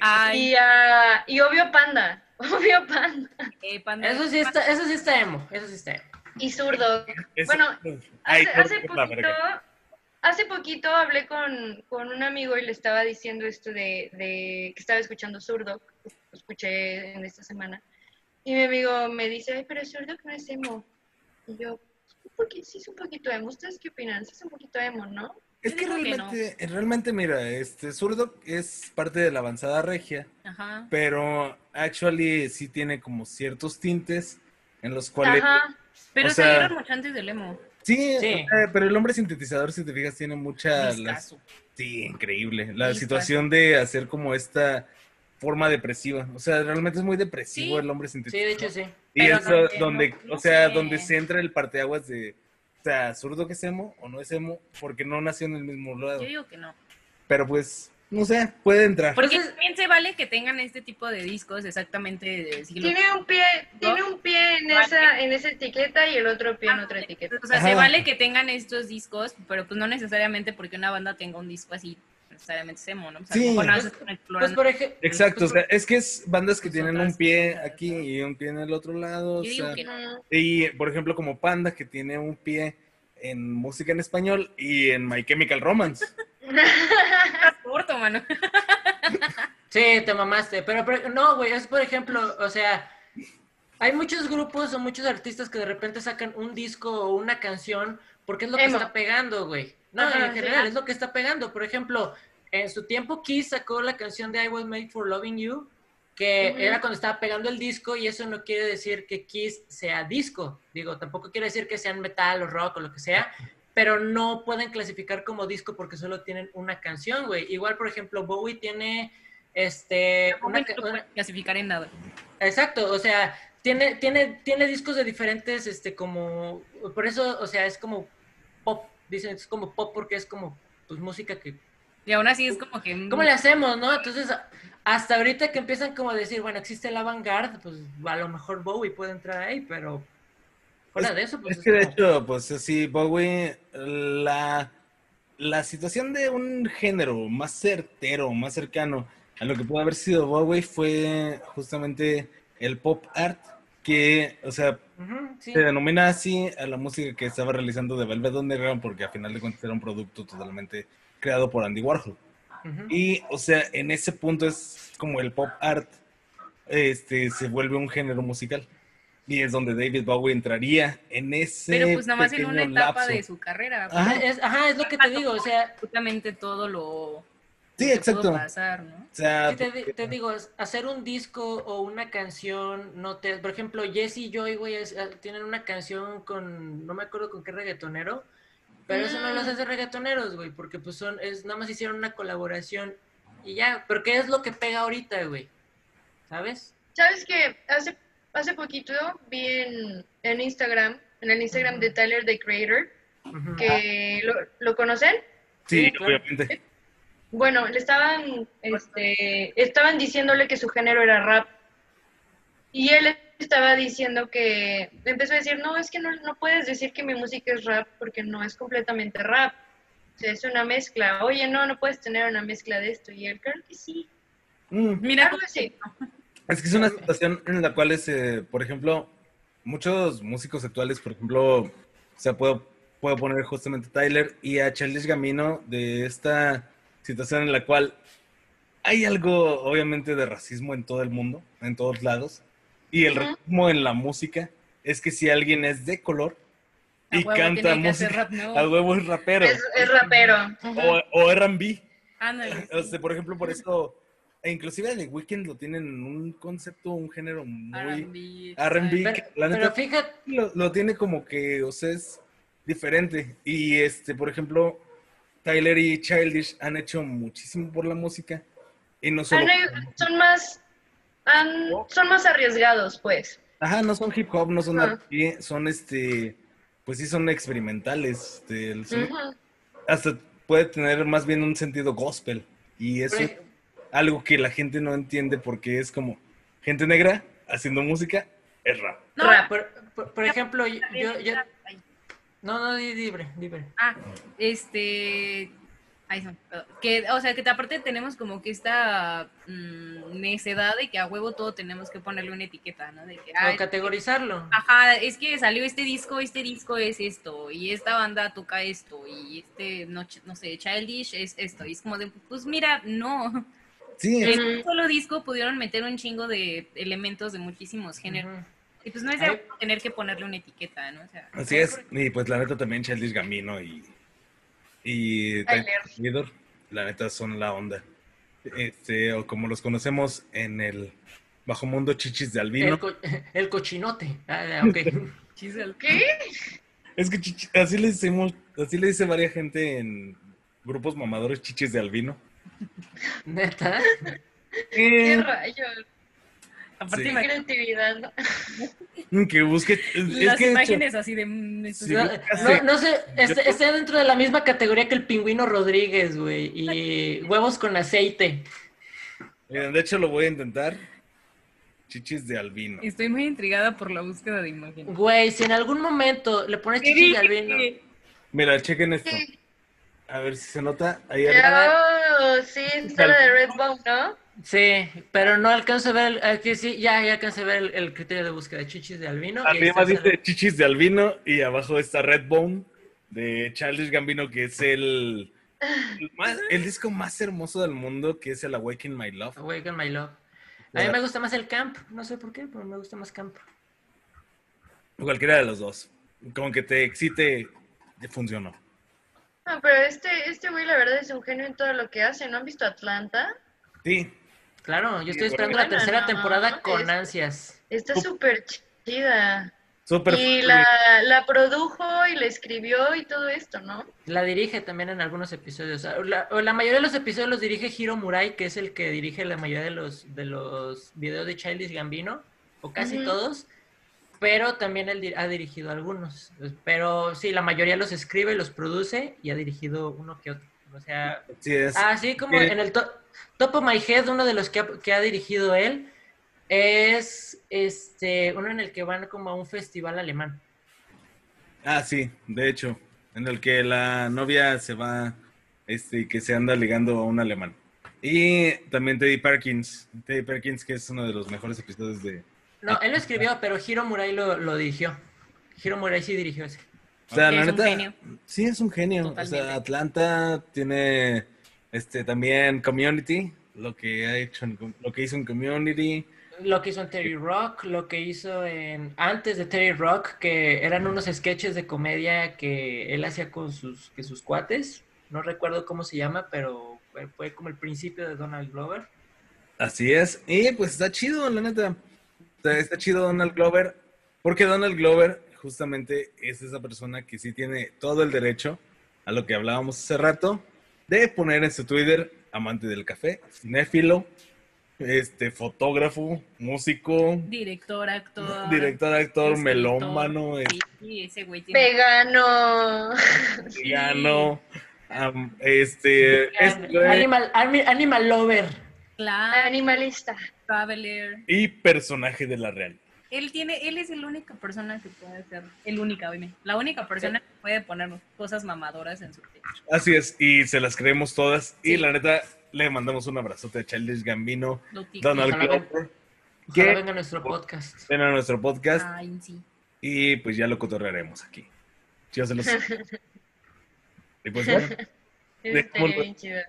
Speaker 3: Ay,
Speaker 6: Y, a- y obvio Panda, obvio Panda.
Speaker 3: eh, panda.
Speaker 2: Eso sí está, eso sí está emo, eso sí está emo.
Speaker 6: Y zurdo.
Speaker 1: Eso-
Speaker 6: Bueno,
Speaker 1: Ay,
Speaker 6: Hace,
Speaker 1: por-
Speaker 6: hace
Speaker 1: por la
Speaker 6: poquito,
Speaker 1: verga.
Speaker 6: hace poquito hablé con, con un amigo y le estaba diciendo esto de, de que estaba escuchando zurdo, lo escuché en esta semana, y mi amigo me dice, ay, pero zurdo no es emo. Y yo, un poquito, sí es un poquito emo, ¿ustedes qué opinan? Sí es un poquito emo, ¿no?
Speaker 1: Es que
Speaker 3: Yo digo que
Speaker 1: realmente, eh, realmente, mira, este zurdo es parte de la avanzada regia,
Speaker 3: Ajá.
Speaker 1: pero actually sí tiene como ciertos tintes en los cuales
Speaker 6: Ajá,
Speaker 3: Pero
Speaker 1: O sea-
Speaker 3: salieron mucho antes del emo.
Speaker 1: sí,
Speaker 2: Sí.
Speaker 1: o sea, pero el hombre sintetizador, si te fijas, tiene mucha las-
Speaker 3: Discaso.
Speaker 1: Sí, increíble. La
Speaker 3: Discaso.
Speaker 1: situación de hacer como esta forma depresiva. O sea, realmente es muy depresivo
Speaker 3: Sí.
Speaker 1: el hombre
Speaker 2: Sí, de
Speaker 1: sintetizador.
Speaker 2: hecho sí.
Speaker 1: Y
Speaker 3: Pero
Speaker 1: es
Speaker 3: no sé,
Speaker 1: donde,
Speaker 3: no- no
Speaker 1: o sea,
Speaker 3: sé.
Speaker 1: donde se entra el parteaguas de, o sea, zurdo que es emo o no es emo, porque no nació en el mismo lado.
Speaker 3: Yo digo que no.
Speaker 1: Pero pues, no sé, puede entrar.
Speaker 3: Porque
Speaker 2: Entonces-
Speaker 3: también se vale que tengan este tipo de discos exactamente de siglo
Speaker 6: tiene un pie, tiene un pie en
Speaker 3: Vale.
Speaker 6: esa, en esa etiqueta y el otro pie en otra etiqueta.
Speaker 3: O sea,
Speaker 1: Ajá.
Speaker 3: se vale que tengan estos discos, pero pues no necesariamente porque una banda tenga un disco así, necesariamente es emo, ¿no? O sea, a lo
Speaker 1: Sí.
Speaker 3: mejor nada más
Speaker 2: Pues-
Speaker 3: están
Speaker 2: Pues
Speaker 3: explorando.
Speaker 2: por ejemplo.
Speaker 1: Exacto, o sea, es que es bandas que
Speaker 3: Pues
Speaker 1: tienen
Speaker 3: otras
Speaker 1: un pie
Speaker 3: cosas,
Speaker 1: aquí
Speaker 3: ¿no?
Speaker 1: y un pie en el otro lado. o
Speaker 3: Yo digo
Speaker 1: sea,
Speaker 3: que no.
Speaker 6: Ujú.
Speaker 1: y por ejemplo, como Panda, que tiene un pie en música en español y en My Chemical Romance.
Speaker 3: Está corto, mano.
Speaker 2: Sí, te mamaste. Pero, pero- no, güey, es por ejemplo, o sea, hay muchos grupos o muchos artistas que de repente sacan un disco o una canción porque es lo que
Speaker 6: Emo.
Speaker 2: está pegando, güey. No,
Speaker 6: Ajá,
Speaker 2: en
Speaker 6: sí.
Speaker 2: general, es lo que está pegando. Por ejemplo, en su tiempo Kiss sacó la canción de I Was Made for Loving You, que
Speaker 6: Ujú.
Speaker 2: era cuando estaba pegando el disco y eso no quiere decir que Kiss sea disco. Digo, tampoco quiere decir que sean metal o rock o lo que sea pero no pueden clasificar como disco porque solo tienen una canción, güey. Igual, por ejemplo, Bowie tiene este una ca-
Speaker 3: Tampoco no lo
Speaker 2: una-
Speaker 3: pueden clasificar en nada.
Speaker 2: exacto, o sea, tiene tiene tiene discos de diferentes este como por eso, o sea, es como pop, dicen, es como pop porque es como pues música que
Speaker 3: Y aún así es como que... mm,
Speaker 2: ¿Cómo le hacemos, no? Entonces, hasta ahorita que empiezan como a decir, bueno, existe la vanguard, pues a lo mejor Bowie puede entrar ahí, pero fuera de eso, pues
Speaker 1: Es que de
Speaker 2: como-
Speaker 1: hecho, pues así, Bowie, la, la situación de un género más certero, más cercano a lo que pudo haber sido Bowie fue justamente el pop art, que, o sea,
Speaker 2: Ujú, sí.
Speaker 1: se denomina así a la música que estaba realizando de Velvet Underground porque a final de cuentas era un producto totalmente creado por Andy Warhol.
Speaker 2: Ujú.
Speaker 1: Y, o sea, en ese punto es como el pop art este, se vuelve un género musical. Y es donde David Bowie entraría en ese.
Speaker 3: Pero pues nada más en una
Speaker 1: pequeño
Speaker 3: etapa
Speaker 1: lapso. Ah,
Speaker 3: de su carrera.
Speaker 1: Ajá.
Speaker 2: Es, ajá, es lo que te digo, o sea,
Speaker 3: Absolutamente todo lo
Speaker 1: Sí,
Speaker 3: que
Speaker 1: exacto.
Speaker 3: pudo
Speaker 1: O
Speaker 3: pasar, ¿no?
Speaker 1: sea,
Speaker 2: sí te, di- te digo, es hacer un disco o una canción, no te, por ejemplo, Jesse y Joy, güey, es- eh, tienen una canción con, no me acuerdo con qué reggaetonero, pero eso no
Speaker 4: Mm.
Speaker 2: los hace reggaetoneros, güey, porque pues son, es, nada más hicieron una colaboración y ya, porque es lo que pega ahorita, güey, ¿sabes?
Speaker 4: ¿Sabes qué? Hace, hace poquito vi en, en Instagram, en el Instagram de Tyler, the Creator,
Speaker 2: Ujú.
Speaker 4: que lo, ¿lo conocen.
Speaker 1: sí,
Speaker 2: sí, claro.
Speaker 1: obviamente.
Speaker 4: Bueno, le estaban, este, estaban diciéndole que su género era rap. Y él estaba diciendo que, empezó a decir, no, es que no, no puedes decir que mi música es rap porque no es completamente rap. O sea, es una mezcla. Oye, no, no puedes tener una mezcla de esto. Y él, claro que sí.
Speaker 1: Mm.
Speaker 3: Mira,
Speaker 4: Algo así.
Speaker 1: Es que es una situación en la cual, es, eh, por ejemplo, muchos músicos actuales, por ejemplo, o sea, puedo, puedo poner justamente a Tyler y a Charles Gamino de esta situación en la cual hay algo, obviamente, de racismo en todo el mundo, en todos lados, y el
Speaker 4: Ujú.
Speaker 1: racismo en la música es que si alguien es de color
Speaker 3: a
Speaker 1: y
Speaker 3: huevo
Speaker 1: canta
Speaker 3: tiene que hacer
Speaker 1: música,
Speaker 3: rap, ¿no?
Speaker 1: a huevo es rapero
Speaker 4: Es, es rapero.
Speaker 1: o, o R&B.
Speaker 3: Ándale,
Speaker 1: O sea, por ejemplo, por eso, e inclusive The Weeknd lo tienen en un concepto, un género muy
Speaker 3: R&B,
Speaker 1: R&B,
Speaker 2: Pero,
Speaker 1: que la
Speaker 2: pero
Speaker 1: neta
Speaker 2: fíjate,
Speaker 1: lo, lo tiene como que, o sea, es diferente. Y este, por ejemplo, Tyler y Childish han hecho muchísimo por la música. Y no solo,
Speaker 4: Han- son más, han- son más arriesgados, pues.
Speaker 1: ajá, no son hip hop, no son
Speaker 4: Ajá.
Speaker 1: R&B, son este, pues sí son experimentales. este, son-
Speaker 4: Ujú.
Speaker 1: Hasta puede tener más bien un sentido gospel. Y eso
Speaker 2: por
Speaker 1: es
Speaker 2: ej-
Speaker 1: algo que la gente no entiende porque es como gente negra haciendo música es rap.
Speaker 3: No,
Speaker 4: Rap.
Speaker 2: por, por- por ejemplo, yo, yo- yo-
Speaker 3: Ay,
Speaker 2: no, no, di- libre, libre.
Speaker 3: Ah, este. ay, se me olvidó. que, o sea, que aparte tenemos como que esta mm, necedad de que a huevo todo tenemos que ponerle una etiqueta, ¿no? De que, ay,
Speaker 2: O categorizarlo.
Speaker 3: ajá, es que salió este disco, este disco es esto, y esta banda toca esto, y este, no, ch- no sé, Childish es esto. Y es como de, pues mira, no.
Speaker 1: Sí,
Speaker 3: En
Speaker 4: Ujú.
Speaker 3: un solo disco pudieron meter un chingo de elementos de muchísimos géneros.
Speaker 2: Ujú.
Speaker 3: Y pues no es de huevo tener que ponerle una etiqueta, ¿no? O sea,
Speaker 1: así es. Y pues la neta también Childish Gamino y y
Speaker 4: Tyler.
Speaker 1: Taylor, la neta son la onda. Este, o como los conocemos en el bajo mundo chichis de albino.
Speaker 2: El, co- el cochinote. Ah, ok.
Speaker 3: chisel.
Speaker 4: ¿Qué?
Speaker 1: Es que chichi- así le decimos, así le dice varias gente en grupos mamadores chichis de albino.
Speaker 2: Neta.
Speaker 4: ¿Qué rayos?
Speaker 3: Aparte,
Speaker 1: Sí.
Speaker 4: Qué creatividad.
Speaker 1: Que busque es
Speaker 3: Las
Speaker 1: que
Speaker 3: imágenes así de. mm, esto
Speaker 1: Sí,
Speaker 2: No,
Speaker 1: güey, ya
Speaker 2: no,
Speaker 1: sé.
Speaker 2: no sé,
Speaker 1: Yo-
Speaker 2: este- está dentro de la misma categoría que el pingüino Rodríguez, güey. Y huevos con aceite.
Speaker 1: Miren, de hecho lo voy a intentar. Chichis de albino.
Speaker 3: Estoy muy intrigada por la búsqueda de imágenes.
Speaker 2: Güey, si en algún momento le pones chichis de albino.
Speaker 1: Mira, chequen esto.
Speaker 4: Sí.
Speaker 1: A ver si se nota. Ahí arriba.
Speaker 4: Oh, sí, está la de Redbone, ¿no?
Speaker 2: Sí, pero no alcanzo a ver. el- aquí sí, ya, ya alcancé a ver el, el criterio de búsqueda. Chichis de albino. y ahí
Speaker 1: Arriba
Speaker 2: está,
Speaker 1: dice chichis de albino y abajo está Redbone de Charles Gambino, que es el, el más- el disco más hermoso del mundo, que es el Awaken My Love.
Speaker 2: Awaken My Love. A mí me gusta más el camp. No sé por qué, pero me gusta más camp.
Speaker 1: Cualquiera de los dos. Como que te excite, te funcionó.
Speaker 4: No, pero este, este güey la verdad es un genio en todo lo que hace. ¿No han visto Atlanta?
Speaker 1: Sí,
Speaker 2: Claro, yo estoy
Speaker 1: Sí,
Speaker 2: esperando
Speaker 4: bueno.
Speaker 2: la tercera
Speaker 4: No,
Speaker 2: temporada
Speaker 4: no, este
Speaker 2: con
Speaker 4: es-
Speaker 2: ansias.
Speaker 4: Está
Speaker 1: Sup-
Speaker 4: súper chida.
Speaker 1: súper.
Speaker 4: Y la, la produjo y la escribió y todo esto, ¿no?
Speaker 2: La dirige también en algunos episodios. O La, o la mayoría de los episodios los dirige Hiro Murai, que es el que dirige la mayoría de los, de los videos de Childish Gambino, o casi
Speaker 4: Ujú.
Speaker 2: todos, pero también él di- ha dirigido algunos. Pero sí, la mayoría los escribe, los produce y ha dirigido uno que otro. O sea,
Speaker 1: Sí, es.
Speaker 2: así como
Speaker 1: Sí.
Speaker 2: en el to- Top of My Head, uno de los que ha, que ha dirigido él, es este uno en el que van como a un festival alemán.
Speaker 1: Ah, sí, de hecho, en el que la novia se va, este, que se anda ligando a un alemán. Y también Teddy Perkins, Teddy Perkins, que es uno de los mejores episodios de
Speaker 2: No, él lo
Speaker 1: ah.
Speaker 2: escribió, pero Hiro Murai lo, lo dirigió. Hiro Murai sí dirigió ese.
Speaker 1: O sea,
Speaker 3: Sí,
Speaker 1: la
Speaker 3: es un
Speaker 1: neta,
Speaker 3: genio.
Speaker 1: sí es un genio. O
Speaker 3: Totalmente.
Speaker 1: sea, Atlanta tiene este también Community, lo que ha hecho, en com- lo que hizo en Community.
Speaker 2: Lo que hizo en Terry Rock, lo que hizo en antes de Terry Rock, que eran unos sketches de comedia que él hacía con sus, que sus cuates. No recuerdo cómo se llama, pero fue- fue como el principio de Donald Glover.
Speaker 1: Así es. Y pues está chido, la neta. O sea, está chido Donald Glover, porque Donald Glover justamente es esa persona que sí tiene todo el derecho a lo que hablábamos hace rato de poner en su Twitter amante del café, cinéfilo, este fotógrafo, músico,
Speaker 3: Director, actor.
Speaker 1: director, actor,
Speaker 3: escritor.
Speaker 1: melómano,
Speaker 3: Sí, sí, ese güey tiene.
Speaker 4: Vegano.
Speaker 1: vegano, am- este, este güey,
Speaker 2: Animal, Armi- Animal Lover.
Speaker 3: Claro,
Speaker 4: Animalista.
Speaker 3: Traveler.
Speaker 1: y personaje de la real.
Speaker 3: Él tiene, él es la única persona que puede hacer, el única, obviamente, la única persona que puede poner cosas mamadoras en su pecho.
Speaker 1: Así es, y se las creemos todas. Y la neta, le mandamos un abrazote a Childish Gambino,
Speaker 3: Lo tico.
Speaker 1: Donald
Speaker 2: ojalá ven-
Speaker 1: Glover,
Speaker 2: Ojalá
Speaker 1: ¿Qué?
Speaker 2: venga nuestro podcast.
Speaker 1: ven a nuestro podcast
Speaker 3: Ay, sí.
Speaker 1: y pues ya lo cotorrearemos aquí. Yo se los... y pues bueno,
Speaker 4: Eso estaría
Speaker 1: Disculpe.
Speaker 4: este, bien chido.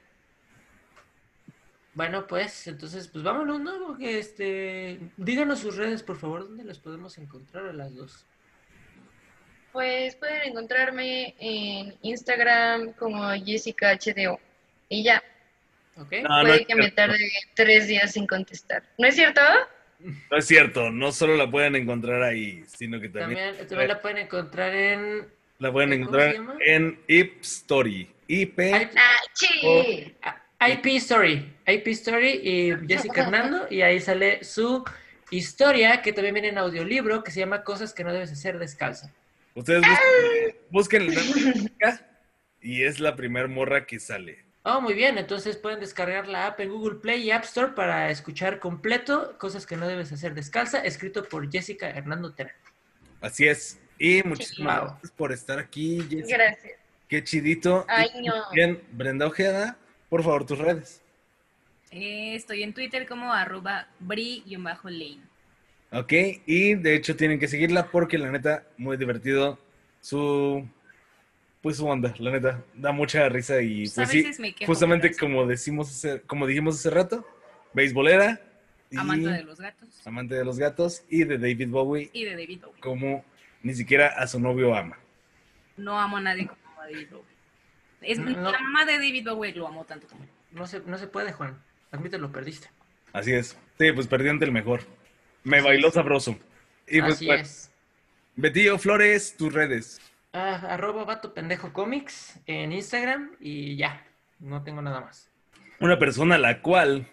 Speaker 2: Bueno, pues, entonces, pues vámonos, ¿no? Porque, este, díganos sus redes, por favor, dónde las podemos encontrar a las dos.
Speaker 4: Pues pueden encontrarme en Instagram como Jessica HDO. Y ya,
Speaker 2: ¿Ok?
Speaker 1: Ah, no, no
Speaker 4: puede
Speaker 1: es,
Speaker 4: que me
Speaker 1: cierto,
Speaker 4: tarde tres días sin contestar. ¿No es cierto?
Speaker 1: no es cierto, no solo la pueden encontrar ahí, sino que también,
Speaker 2: También, también la pueden encontrar en
Speaker 1: la pueden
Speaker 2: ¿Cómo
Speaker 1: encontrar
Speaker 2: se llama?
Speaker 1: en Ip Story. IP,
Speaker 2: I-
Speaker 4: Ah,
Speaker 1: Oh,
Speaker 4: sí.
Speaker 2: I- IP Story. IP Story y Jessica Hernando. Y ahí sale su historia, que también viene en audiolibro, que se llama Cosas que no debes hacer descalza.
Speaker 1: ustedes busquen, busquen la y es la primer morra que sale.
Speaker 2: Oh, muy bien. Entonces pueden descargar la app en Google Play y App Store para escuchar completo cosas que no debes hacer descalza, escrito por Jessica Hernando Terán.
Speaker 1: Así es. Y muchísimas
Speaker 2: Wow.
Speaker 1: gracias por estar aquí, Jessica.
Speaker 4: Gracias.
Speaker 1: Qué chidito.
Speaker 4: Ay,
Speaker 1: Y
Speaker 4: no.
Speaker 1: Bien, Brenda Ojeda, por favor, tus redes.
Speaker 3: Eh, estoy en Twitter como arroba bri-lane.
Speaker 1: Ok, y de hecho tienen que seguirla porque la neta, muy divertido su... Pues su onda, la neta, da mucha risa y
Speaker 3: Pues,
Speaker 1: pues,
Speaker 3: a
Speaker 1: sí,
Speaker 3: veces me quejo,
Speaker 1: justamente
Speaker 3: pero sí.
Speaker 1: como decimos, hace- como dijimos hace rato, beisbolera, y
Speaker 3: Amante de los gatos
Speaker 1: amante de los gatos y de David Bowie,
Speaker 3: y de David Bowie.
Speaker 1: como ni siquiera a su novio ama.
Speaker 3: No amo a nadie como a David Bowie. Es
Speaker 2: No.
Speaker 3: la mamá de David Bowie lo amo tanto como yo.
Speaker 2: No se, no se puede, Juan. Admítelo, perdiste.
Speaker 1: Así es. Sí, pues perdí ante el mejor. Me bailó sabroso. Y pues,
Speaker 2: Así
Speaker 1: bueno,
Speaker 2: es.
Speaker 1: Betillo Flores, tus redes.
Speaker 2: Ah, arroba vato pendejo comics en Instagram y ya. No tengo nada más.
Speaker 1: Una persona la cual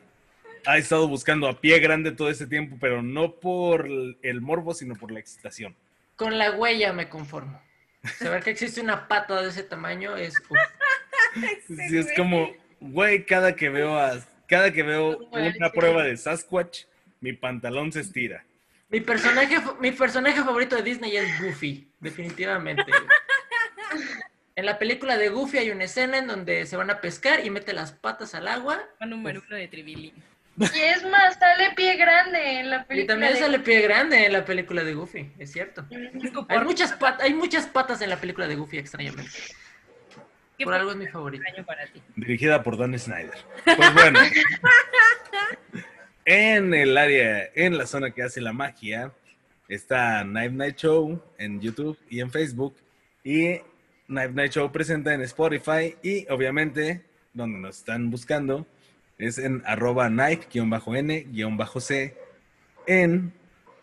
Speaker 1: ha estado buscando a pie grande todo ese tiempo, pero no por el morbo, sino por la excitación.
Speaker 2: Con la huella me conformo. Saber que existe una pata de ese tamaño es. uf.
Speaker 1: Sí, es como, güey, cada que veo a, cada que veo
Speaker 4: No manches.
Speaker 1: una prueba de Sasquatch, mi pantalón se estira.
Speaker 2: Mi personaje, fa- mi personaje favorito de Disney es Goofy, definitivamente. En la película de Goofy hay una escena en donde se van a pescar y mete las patas al agua.
Speaker 3: Con un
Speaker 2: Pues
Speaker 3: número de Tribilli.
Speaker 4: Y es más, sale pie grande en la película.
Speaker 2: Y también
Speaker 4: de-
Speaker 2: sale pie grande en la película de Goofy, es cierto. Hay muchas, pat- hay muchas patas en la película de Goofy, extrañamente.
Speaker 3: ¿Qué
Speaker 2: Por algo es mi favorito.
Speaker 3: extraño para ti?
Speaker 1: dirigida por Dan Snyder. Pues bueno, en el área, en la zona que hace la magia, está Night Night Show en YouTube y en Facebook. Y Night Night Show presenta en Spotify y obviamente donde nos están buscando es en arroba Nike-N-C en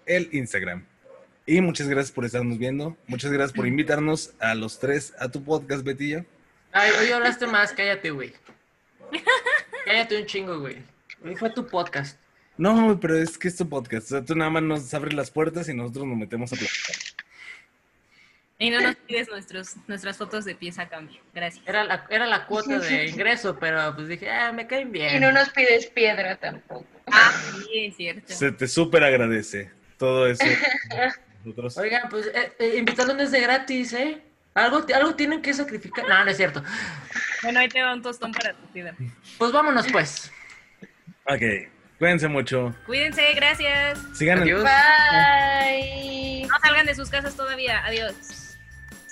Speaker 1: el Instagram. Y muchas gracias por estarnos viendo. Muchas gracias por invitarnos a los tres a tu podcast, Betillo.
Speaker 2: Ay, hoy hablaste más, cállate, güey. Cállate un chingo, güey. Hoy fue tu podcast.
Speaker 1: No, pero es que es tu podcast. O sea, tú nada más nos abres las puertas y nosotros nos metemos a platicar.
Speaker 3: Y no nos pides nuestros, nuestras fotos de pies a cambio. Gracias.
Speaker 2: Era la, era la cuota de ingreso, pero pues dije, ah, me caen bien.
Speaker 4: Y no nos pides piedra tampoco.
Speaker 3: Ah, sí, es cierto.
Speaker 1: Se te súper agradece todo eso. Nosotros.
Speaker 2: Oigan, pues eh, eh, invitarlos desde gratis, ¿eh? Algo, ti- algo tienen que sacrificar. No, no es cierto.
Speaker 3: Bueno, ahí te va un tostón para tu vida.
Speaker 2: Pues vámonos, pues.
Speaker 1: Ok. Cuídense mucho.
Speaker 3: Cuídense, gracias.
Speaker 1: Sigan el-
Speaker 2: Adiós.
Speaker 4: Bye.
Speaker 3: No salgan de sus casas todavía. Adiós.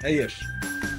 Speaker 1: Adiós.
Speaker 4: Bye.